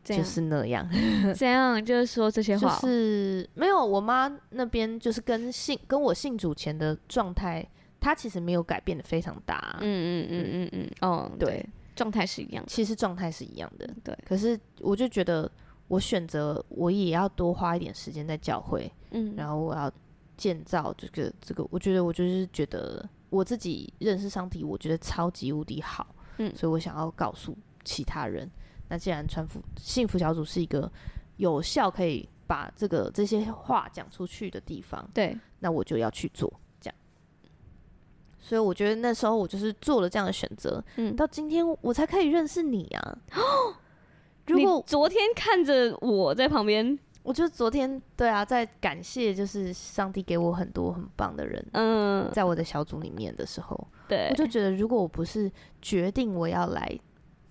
Speaker 2: 这
Speaker 1: 就
Speaker 2: 样
Speaker 1: 是那样，
Speaker 2: 这样就是说这些
Speaker 1: 就
Speaker 2: 话哦，
Speaker 1: 是没有我妈那边就是跟信跟我信主前的状态，她其实没有改变的非常大啊、
Speaker 2: 嗯嗯嗯嗯嗯，哦，
Speaker 1: 对
Speaker 2: 对，，状态是一样的，
Speaker 1: 其实状态是一样的，
Speaker 2: 对。
Speaker 1: 可是我就觉得，我选择我也要多花一点时间在教会，
Speaker 2: 嗯，
Speaker 1: 然后我要建造这个这个，我觉得我就是觉得我自己认识上帝，我觉得超级无敌好，
Speaker 2: 嗯
Speaker 1: 所以我想要告诉其他人。那既然传福幸福小组是一个有效可以把这个这些话讲出去的地方，
Speaker 2: 对，
Speaker 1: 那我就要去做。这样，所以我觉得那时候我就是做了这样的选择，
Speaker 2: 嗯，哦
Speaker 1: 到今天我才可以认识你啊。如
Speaker 2: 你
Speaker 1: 果
Speaker 2: 昨天看着我在旁边，
Speaker 1: 我就昨天对啊，在感谢就是上帝给我很多很棒的人，
Speaker 2: 嗯，
Speaker 1: 在我的小组里面的时候，
Speaker 2: 对
Speaker 1: 我，就觉得如果我不是决定我要来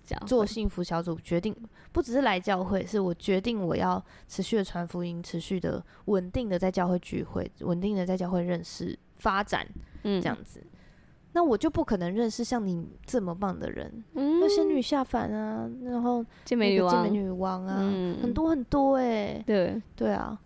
Speaker 2: 这样
Speaker 1: 做幸福小组，决定不只是来教会，是我决定我要持续的传福音，持续的稳定的在教会聚会，稳定的在教会认识发展
Speaker 2: 嗯
Speaker 1: 这样子。那我就不可能认识像你这么棒的人，
Speaker 2: 嗯
Speaker 1: 那仙女下凡啊，然后
Speaker 2: 健
Speaker 1: 那
Speaker 2: 美女
Speaker 1: 个
Speaker 2: 王
Speaker 1: 健美，女王啊，
Speaker 2: 嗯
Speaker 1: 很多很多哎、
Speaker 2: 对，
Speaker 1: 对啊，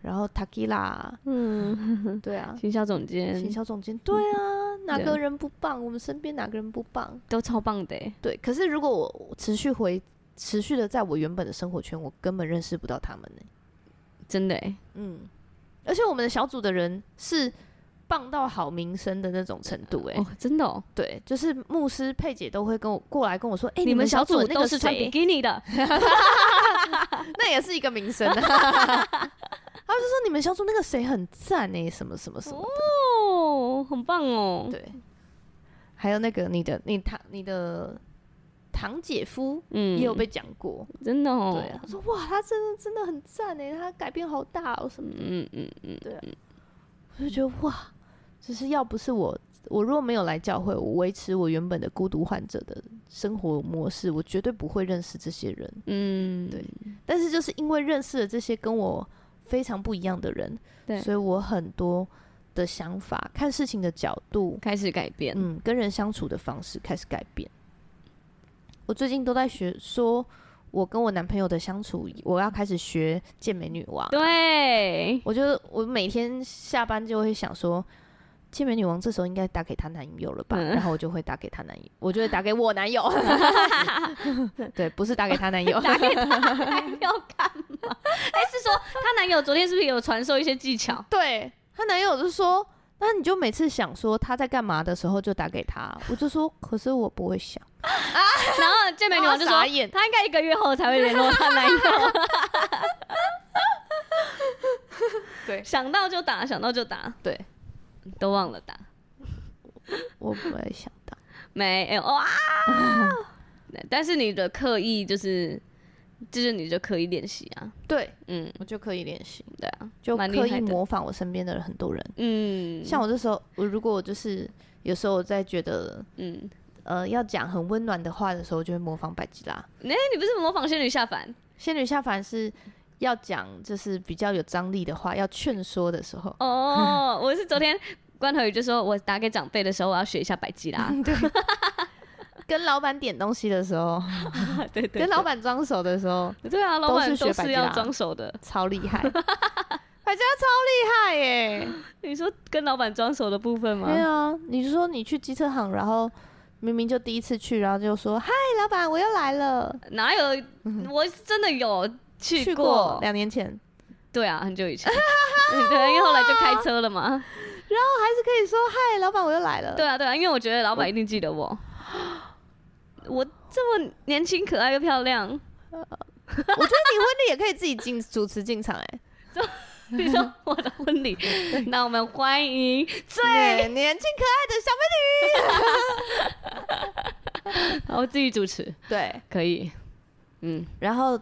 Speaker 1: 然后 Takila，
Speaker 2: 嗯，
Speaker 1: 啊对啊，
Speaker 2: 行销总
Speaker 1: 行
Speaker 2: 监
Speaker 1: 销总监，对啊，哪
Speaker 2: 嗯对
Speaker 1: 个人不棒？我们身边哪个人不棒？
Speaker 2: 都超棒的欸，
Speaker 1: 对，可是如果我持续回持续的在我原本的生活圈，我根本认识不到他们呢、
Speaker 2: 真的欸，
Speaker 1: 嗯，而且我们的小组的人是棒到好名声的那种程度哎、
Speaker 2: 哦，真的哦，
Speaker 1: 对，就是牧师佩姐都会跟我过来跟我说，哎、
Speaker 2: 你
Speaker 1: 们
Speaker 2: 们
Speaker 1: 小
Speaker 2: 小
Speaker 1: 组
Speaker 2: 组
Speaker 1: 的那
Speaker 2: 都
Speaker 1: 个
Speaker 2: 是穿
Speaker 1: 谁
Speaker 2: 比基尼的，
Speaker 1: 那也是一个名声啊。他就说你们小组那个谁很赞哎、什么什么什么，
Speaker 2: 哦，很棒哦，
Speaker 1: 对，还有那个你的你堂你的堂姐夫
Speaker 2: 嗯，
Speaker 1: 也有被讲过，
Speaker 2: 真的哦，
Speaker 1: 对啊，他说哇，他真的真的很赞哎，他改变好大哦什么的，
Speaker 2: 嗯嗯嗯，
Speaker 1: 我就觉得哇，就是要不是我我如果没有来教会，我维持我原本的孤独患者的生活模式，我绝对不会认识这些人。
Speaker 2: 嗯，
Speaker 1: 对但是就是因为认识了这些跟我非常不一样的人，
Speaker 2: 对
Speaker 1: 所以我很多的想法、看事情的角度，
Speaker 2: 开始改变，
Speaker 1: 嗯，跟人相处的方式开始改变。我最近都在学，说我跟我男朋友的相处，我要开始学健美女王。
Speaker 2: 对，
Speaker 1: 我就我每天下班就会想说，健美女王这时候应该打给她男友了吧？
Speaker 2: 嗯
Speaker 1: 然后我就会打给她男友，我就会打给我男 友。对，不是打给她男友，
Speaker 2: 哦打给她男友干嘛？ 哎、是说她男友昨天是不是有传授一些技巧？
Speaker 1: 对她男友就说。那你就每次想说她在干嘛的时候就打给她，啊我就说可是我不会想， 哦
Speaker 2: 然后健美女王就说
Speaker 1: 傻， 眼，
Speaker 2: 她应该一个月后才会联络她男友。
Speaker 1: 对
Speaker 2: 想到就打，想到就打，
Speaker 1: 对，
Speaker 2: 都忘了打。
Speaker 1: 我不会想到。
Speaker 2: 没，哎、哇！但是你的刻意就是，就是你就刻意练习啊，
Speaker 1: 对
Speaker 2: 嗯，
Speaker 1: 我就可以练习，
Speaker 2: 对啊，
Speaker 1: 就
Speaker 2: 蛮厉
Speaker 1: 刻意
Speaker 2: 害的
Speaker 1: 模仿我身边的很多人。
Speaker 2: 嗯，
Speaker 1: 像我这时候，我如果就是有时候我在觉得
Speaker 2: 嗯，
Speaker 1: 呃要讲很温暖的话的时候，我就会模仿百吉拉。
Speaker 2: 哎、你不是模仿仙女下凡？。
Speaker 1: 仙女下凡是要讲就是比较有张力的话，要劝说的时候
Speaker 2: 哦，我是昨天关头宇就说，我打给长辈的时候，我要学一下百吉 拉。
Speaker 1: 对，跟老板点东西的时候，
Speaker 2: 对对
Speaker 1: 跟老板装熟的时候，
Speaker 2: 对啊，老板
Speaker 1: 都是学
Speaker 2: 都
Speaker 1: 百吉
Speaker 2: 是
Speaker 1: 拉
Speaker 2: 要装熟的。
Speaker 1: 超厉 害。百吉拉超厉害耶！
Speaker 2: 你说跟老板装熟的部分吗？
Speaker 1: 对啊，你说你去机车行，然后明明就第一次去，然后就说：“嗨，老板，我又来了。
Speaker 2: 哪有？我是真的有”去
Speaker 1: 嗯去过两年前，
Speaker 2: 对啊，很久以 前。对，因为后来就开车了嘛。
Speaker 1: 还是可以说：“嗨，老板，我又来了。”
Speaker 2: 对啊，对啊，因为我觉得老板一定记得我。我这么年轻、可爱又漂亮，
Speaker 1: 我觉得你婚礼也可以自己进主持进场哎、
Speaker 2: 你说我的婚 礼，那我们欢迎最
Speaker 1: 对，年轻可爱的小妹
Speaker 2: 好我自己主持，
Speaker 1: 女。对，
Speaker 2: 可以。嗯，
Speaker 1: 然后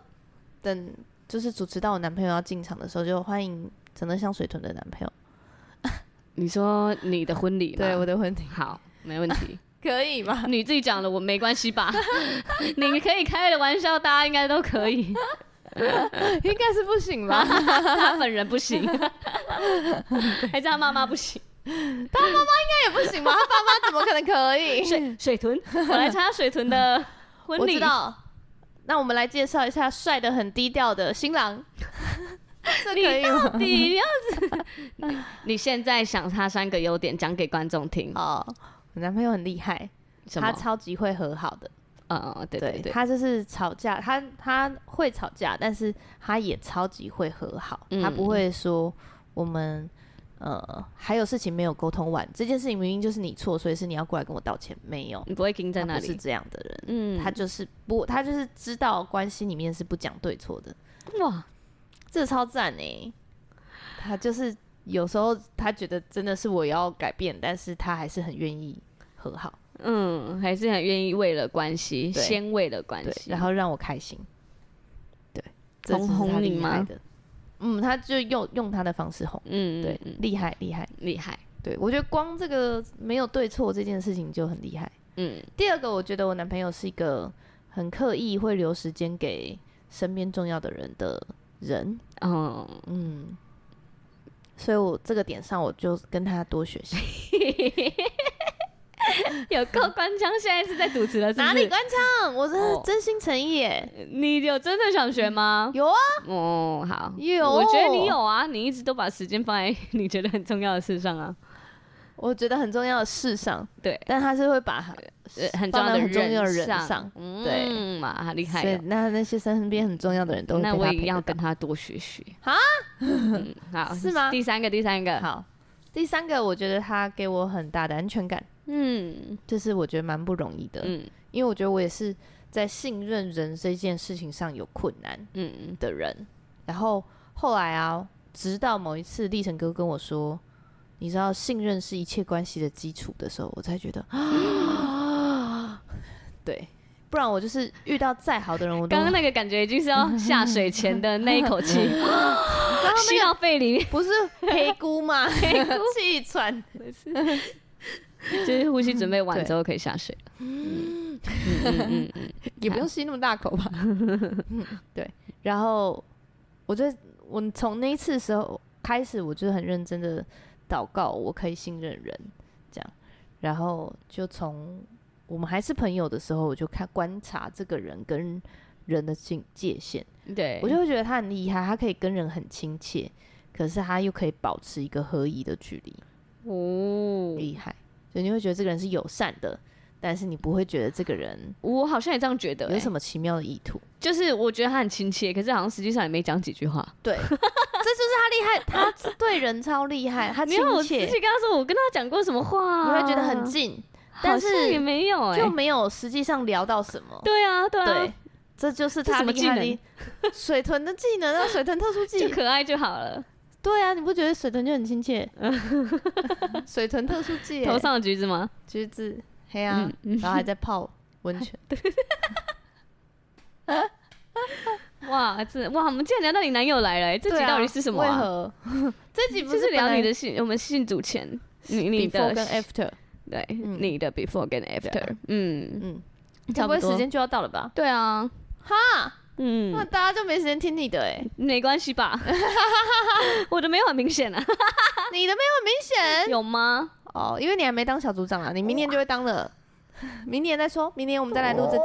Speaker 1: 等就是主持到我男朋友要进场的时候，就欢迎整个香水屯的男朋友。
Speaker 2: 你说你的婚礼吗，
Speaker 1: 对，我的婚礼
Speaker 2: 好，没问题。
Speaker 1: 可以 吗？
Speaker 2: 你自己讲了，我没关系吧？ 你可以开的玩笑，大家应该都可以。
Speaker 1: 应该是不行吧？
Speaker 2: 他本人不 行，还是他妈妈不行？
Speaker 1: 那也不行吧？他爸妈怎么可能可以？
Speaker 2: 水水豚，我来参加水豚 的婚
Speaker 1: 我
Speaker 2: 礼。
Speaker 1: 知道。那我们来介绍一下帅的很低调的新郎，这可以
Speaker 2: 你
Speaker 1: 吗
Speaker 2: 到底要子？你现在想他三个优点，讲给观众听。
Speaker 1: 哦，我男朋友很厉害，
Speaker 2: 什
Speaker 1: 他
Speaker 2: 么？
Speaker 1: 超级会和好的。
Speaker 2: 嗯，对对对，
Speaker 1: 他就是吵架，他他会吵架，但是他也超级会和好，
Speaker 2: 嗯
Speaker 1: 他不会说我们呃还有事情没有沟通完，这件事情明明就是你错，所以是你要过来跟我道歉，没有，
Speaker 2: 你不会盯在那
Speaker 1: 他不是
Speaker 2: 里。
Speaker 1: 这样的人，
Speaker 2: 嗯，
Speaker 1: 他就是不，他就是知道关系里面是不讲对错的，
Speaker 2: 哇，
Speaker 1: 欸这超赞哎、他就是有时候他觉得真的是我要改变，但是他还是很愿意和好，
Speaker 2: 嗯，还是很愿意为了关系，
Speaker 1: 对
Speaker 2: 先为了关
Speaker 1: 对，
Speaker 2: 系，
Speaker 1: 然后让我开心，对，这
Speaker 2: 哄
Speaker 1: 是
Speaker 2: 哄
Speaker 1: 他
Speaker 2: 你
Speaker 1: 厉害
Speaker 2: 吗
Speaker 1: 的？嗯，他就用用他的方式哄，
Speaker 2: 嗯，
Speaker 1: 对
Speaker 2: 嗯，
Speaker 1: 厉害厉害，
Speaker 2: 厉害，
Speaker 1: 对我觉得光这个没有对错这件事情就很厉害。
Speaker 2: 嗯
Speaker 1: 第二个，我觉得我男朋友是一个很刻意会留时间给身边重要的人的人，
Speaker 2: 哦，
Speaker 1: 嗯，所以我这个点上我就跟他多学 习。
Speaker 2: 有够官腔，现在是在主持了，是不是
Speaker 1: 哪里？官腔？我真
Speaker 2: 哦
Speaker 1: 的真心诚意耶！
Speaker 2: 你有真的想学吗？
Speaker 1: 有啊，
Speaker 2: 哦，好，
Speaker 1: 有
Speaker 2: 我觉得你
Speaker 1: 哦
Speaker 2: 有啊，你一直都把时间放在你觉得很重要的事 上啊，
Speaker 1: 我觉得很重要的事上，
Speaker 2: 对
Speaker 1: 但他是会把
Speaker 2: 呃，很重
Speaker 1: 放
Speaker 2: 要
Speaker 1: 到
Speaker 2: 的
Speaker 1: 很重要的人
Speaker 2: 上，
Speaker 1: 上，
Speaker 2: 嗯，
Speaker 1: 对
Speaker 2: 嘛，好厉害
Speaker 1: 所以
Speaker 2: 哦。
Speaker 1: 那那些身边很重要的人都会
Speaker 2: 那
Speaker 1: 被
Speaker 2: 我
Speaker 1: 他
Speaker 2: 也
Speaker 1: 陪
Speaker 2: 要
Speaker 1: 得
Speaker 2: 跟
Speaker 1: 到
Speaker 2: 他多 学学
Speaker 1: 啊
Speaker 2: 嗯好，
Speaker 1: 是吗
Speaker 2: 第三个，第三个，
Speaker 1: 好。第三个，我觉得他给我很大的安全感，
Speaker 2: 嗯
Speaker 1: 这是我觉得蛮不容易的，
Speaker 2: 嗯
Speaker 1: 因为我觉得我也是在信任人这件事情上有困难，
Speaker 2: 嗯
Speaker 1: 的人。然后后来啊，直到某一次立成哥跟我说，你知道信任是一切关系的基础的时候，我才觉 得啊，对，不然我就是遇到再好的人，我都
Speaker 2: 刚刚那个感觉已经是 要下水前的那一口气， 吸到肺里面，
Speaker 1: 不是黑姑吗？黑姑气喘，
Speaker 2: 就是呼吸准备完之后可以下水了。嗯嗯嗯嗯
Speaker 1: 也不用吸那么大口吧。嗯对，然后我觉得我从那一次时候开始，我就很认真的祷告，我可以信任人这样。然后就从我们还是朋友的时候，我就看观察这个人跟人的境界限，
Speaker 2: 嗯，对，
Speaker 1: 我就会觉得他很厉害，他可以跟人很亲切，可是他又可以保持一个合宜的距离。
Speaker 2: 哦，
Speaker 1: 厉害，所以你会觉得这个人是友善的，但是你不会觉得这个人
Speaker 2: 我好像也这样觉得、
Speaker 1: 有
Speaker 2: 欸，
Speaker 1: 什么奇妙的意图。
Speaker 2: 就是我觉得他很亲切，可是好像实际上也没讲几句话。
Speaker 1: 对，这就是他厉害，他对人超厉 害，他
Speaker 2: 没
Speaker 1: 亲
Speaker 2: 有，我仔
Speaker 1: 切，
Speaker 2: 细
Speaker 1: 你
Speaker 2: 跟他说，我跟他讲过什么话、
Speaker 1: 会觉得很，近，但是
Speaker 2: 好像也没有哎、
Speaker 1: 就没有实际上聊到什么。
Speaker 2: 对啊，对
Speaker 1: 对
Speaker 2: 啊，，
Speaker 1: 这就是
Speaker 2: 这
Speaker 1: 他
Speaker 2: 什么
Speaker 1: 厉害的
Speaker 2: 技
Speaker 1: 地水豚的技 能啊，水豚特殊
Speaker 2: 就
Speaker 1: 技。
Speaker 2: 可爱就好了。
Speaker 1: 对啊，你不觉得水豚就很亲 切？水豚特殊技耶，
Speaker 2: 头上的橘子吗？
Speaker 1: 橘子黑啊，然后还在泡温 泉。
Speaker 2: 哇，这哇，我们竟然聊到你男友来了、欸，这
Speaker 1: 对
Speaker 2: 集
Speaker 1: 啊
Speaker 2: 到底是什么、啊？
Speaker 1: 为何 这集不
Speaker 2: 就是
Speaker 1: 是
Speaker 2: 聊你
Speaker 1: 本来
Speaker 2: 的信，我们信主前，你你
Speaker 1: before
Speaker 2: 的
Speaker 1: 跟 after？
Speaker 2: 对、
Speaker 1: 嗯
Speaker 2: 你的 before 跟 after，嗯，
Speaker 1: 嗯，
Speaker 2: 差
Speaker 1: 差
Speaker 2: 不
Speaker 1: 不
Speaker 2: 多
Speaker 1: 多时间就要到了吧？
Speaker 2: 对啊，
Speaker 1: 哈，那
Speaker 2: 嗯，
Speaker 1: 大家就没时间听你的哎，
Speaker 2: 没关系吧？我的没有很明显 啊，
Speaker 1: 你的没有很明显。
Speaker 2: 有吗？
Speaker 1: 哦，因为你还没当小组长啊，你明年就会当了。 明年再说，明年我们再来录这集。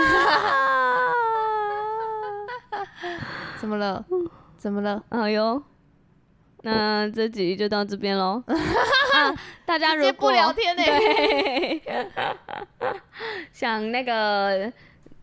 Speaker 1: 怎么了？怎么了？
Speaker 2: 哎呦，那这集就到这 边喽。啊大家
Speaker 1: 直
Speaker 2: 如
Speaker 1: 接
Speaker 2: 果
Speaker 1: 不聊天欸呢、
Speaker 2: 对，想那个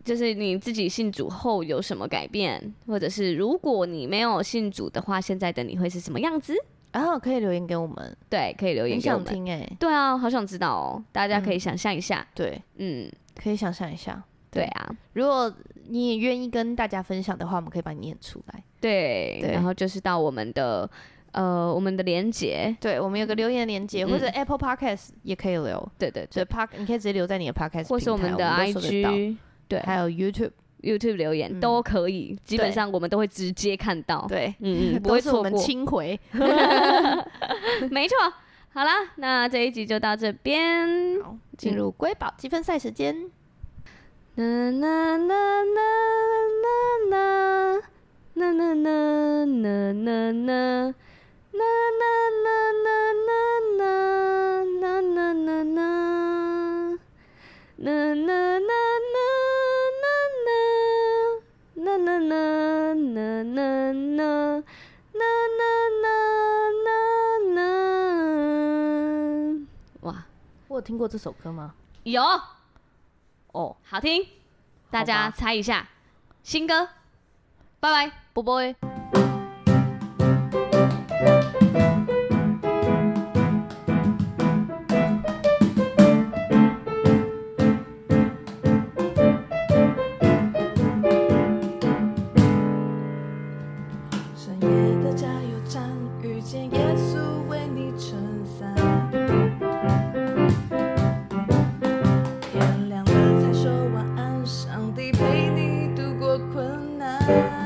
Speaker 2: 就是你自己信主后有什么改变，或者是如果你没有信主的话，现在的你会是什么样子？
Speaker 1: 然后、啊可以留言给我们，
Speaker 2: 对，可以留言
Speaker 1: 很
Speaker 2: 给我
Speaker 1: 想
Speaker 2: 们。
Speaker 1: 听哎、
Speaker 2: 对啊，好想知道哦，大家可以想象一下，
Speaker 1: 对，
Speaker 2: 嗯，
Speaker 1: 可以想象一下，
Speaker 2: 对
Speaker 1: 对
Speaker 2: 啊，
Speaker 1: 如果你也愿意跟大家分享的话，我们可以把你念出来。
Speaker 2: 对，
Speaker 1: 对
Speaker 2: 然后就是到我们的呃我们的连结，
Speaker 1: 对，我们有个留言连接，或者
Speaker 2: 嗯
Speaker 1: Apple Podcast 也可以留，
Speaker 2: 对对
Speaker 1: 所
Speaker 2: 对
Speaker 1: 以，Park 你可以直接留在你的 Podcast，
Speaker 2: 或是我
Speaker 1: 平台
Speaker 2: 们
Speaker 1: 我
Speaker 2: 的
Speaker 1: 们都收得到
Speaker 2: IG，对
Speaker 1: 还有 YouTube，
Speaker 2: YouTube 留言
Speaker 1: 嗯
Speaker 2: 都可以，基本
Speaker 1: 对
Speaker 2: 上我们都会直接看到。
Speaker 1: 对，
Speaker 2: 嗯 嗯不
Speaker 1: 哦都
Speaker 2: 会
Speaker 1: 是我
Speaker 2: 错
Speaker 1: 们
Speaker 2: 过
Speaker 1: 亲回。
Speaker 2: 没错。好啦，那这一集就到这边。
Speaker 1: 好，进
Speaker 2: 嗯
Speaker 1: 入瑰宝积分赛时间。
Speaker 2: 啦啦啦啦啦啦啦啦啦啦啦啦啦啦啦啦啦啦啦啦啦。啦啦啦啦啦啦啦啦啦啦啦啦啦啦啦。哇，
Speaker 1: 我有听过这首歌吗？
Speaker 2: 有
Speaker 1: 哦，
Speaker 2: 好听，大家
Speaker 1: 好吧
Speaker 2: 猜一下新歌，拜拜。
Speaker 1: 波波欸，
Speaker 3: 深夜的加油站，遇见耶稣，拜。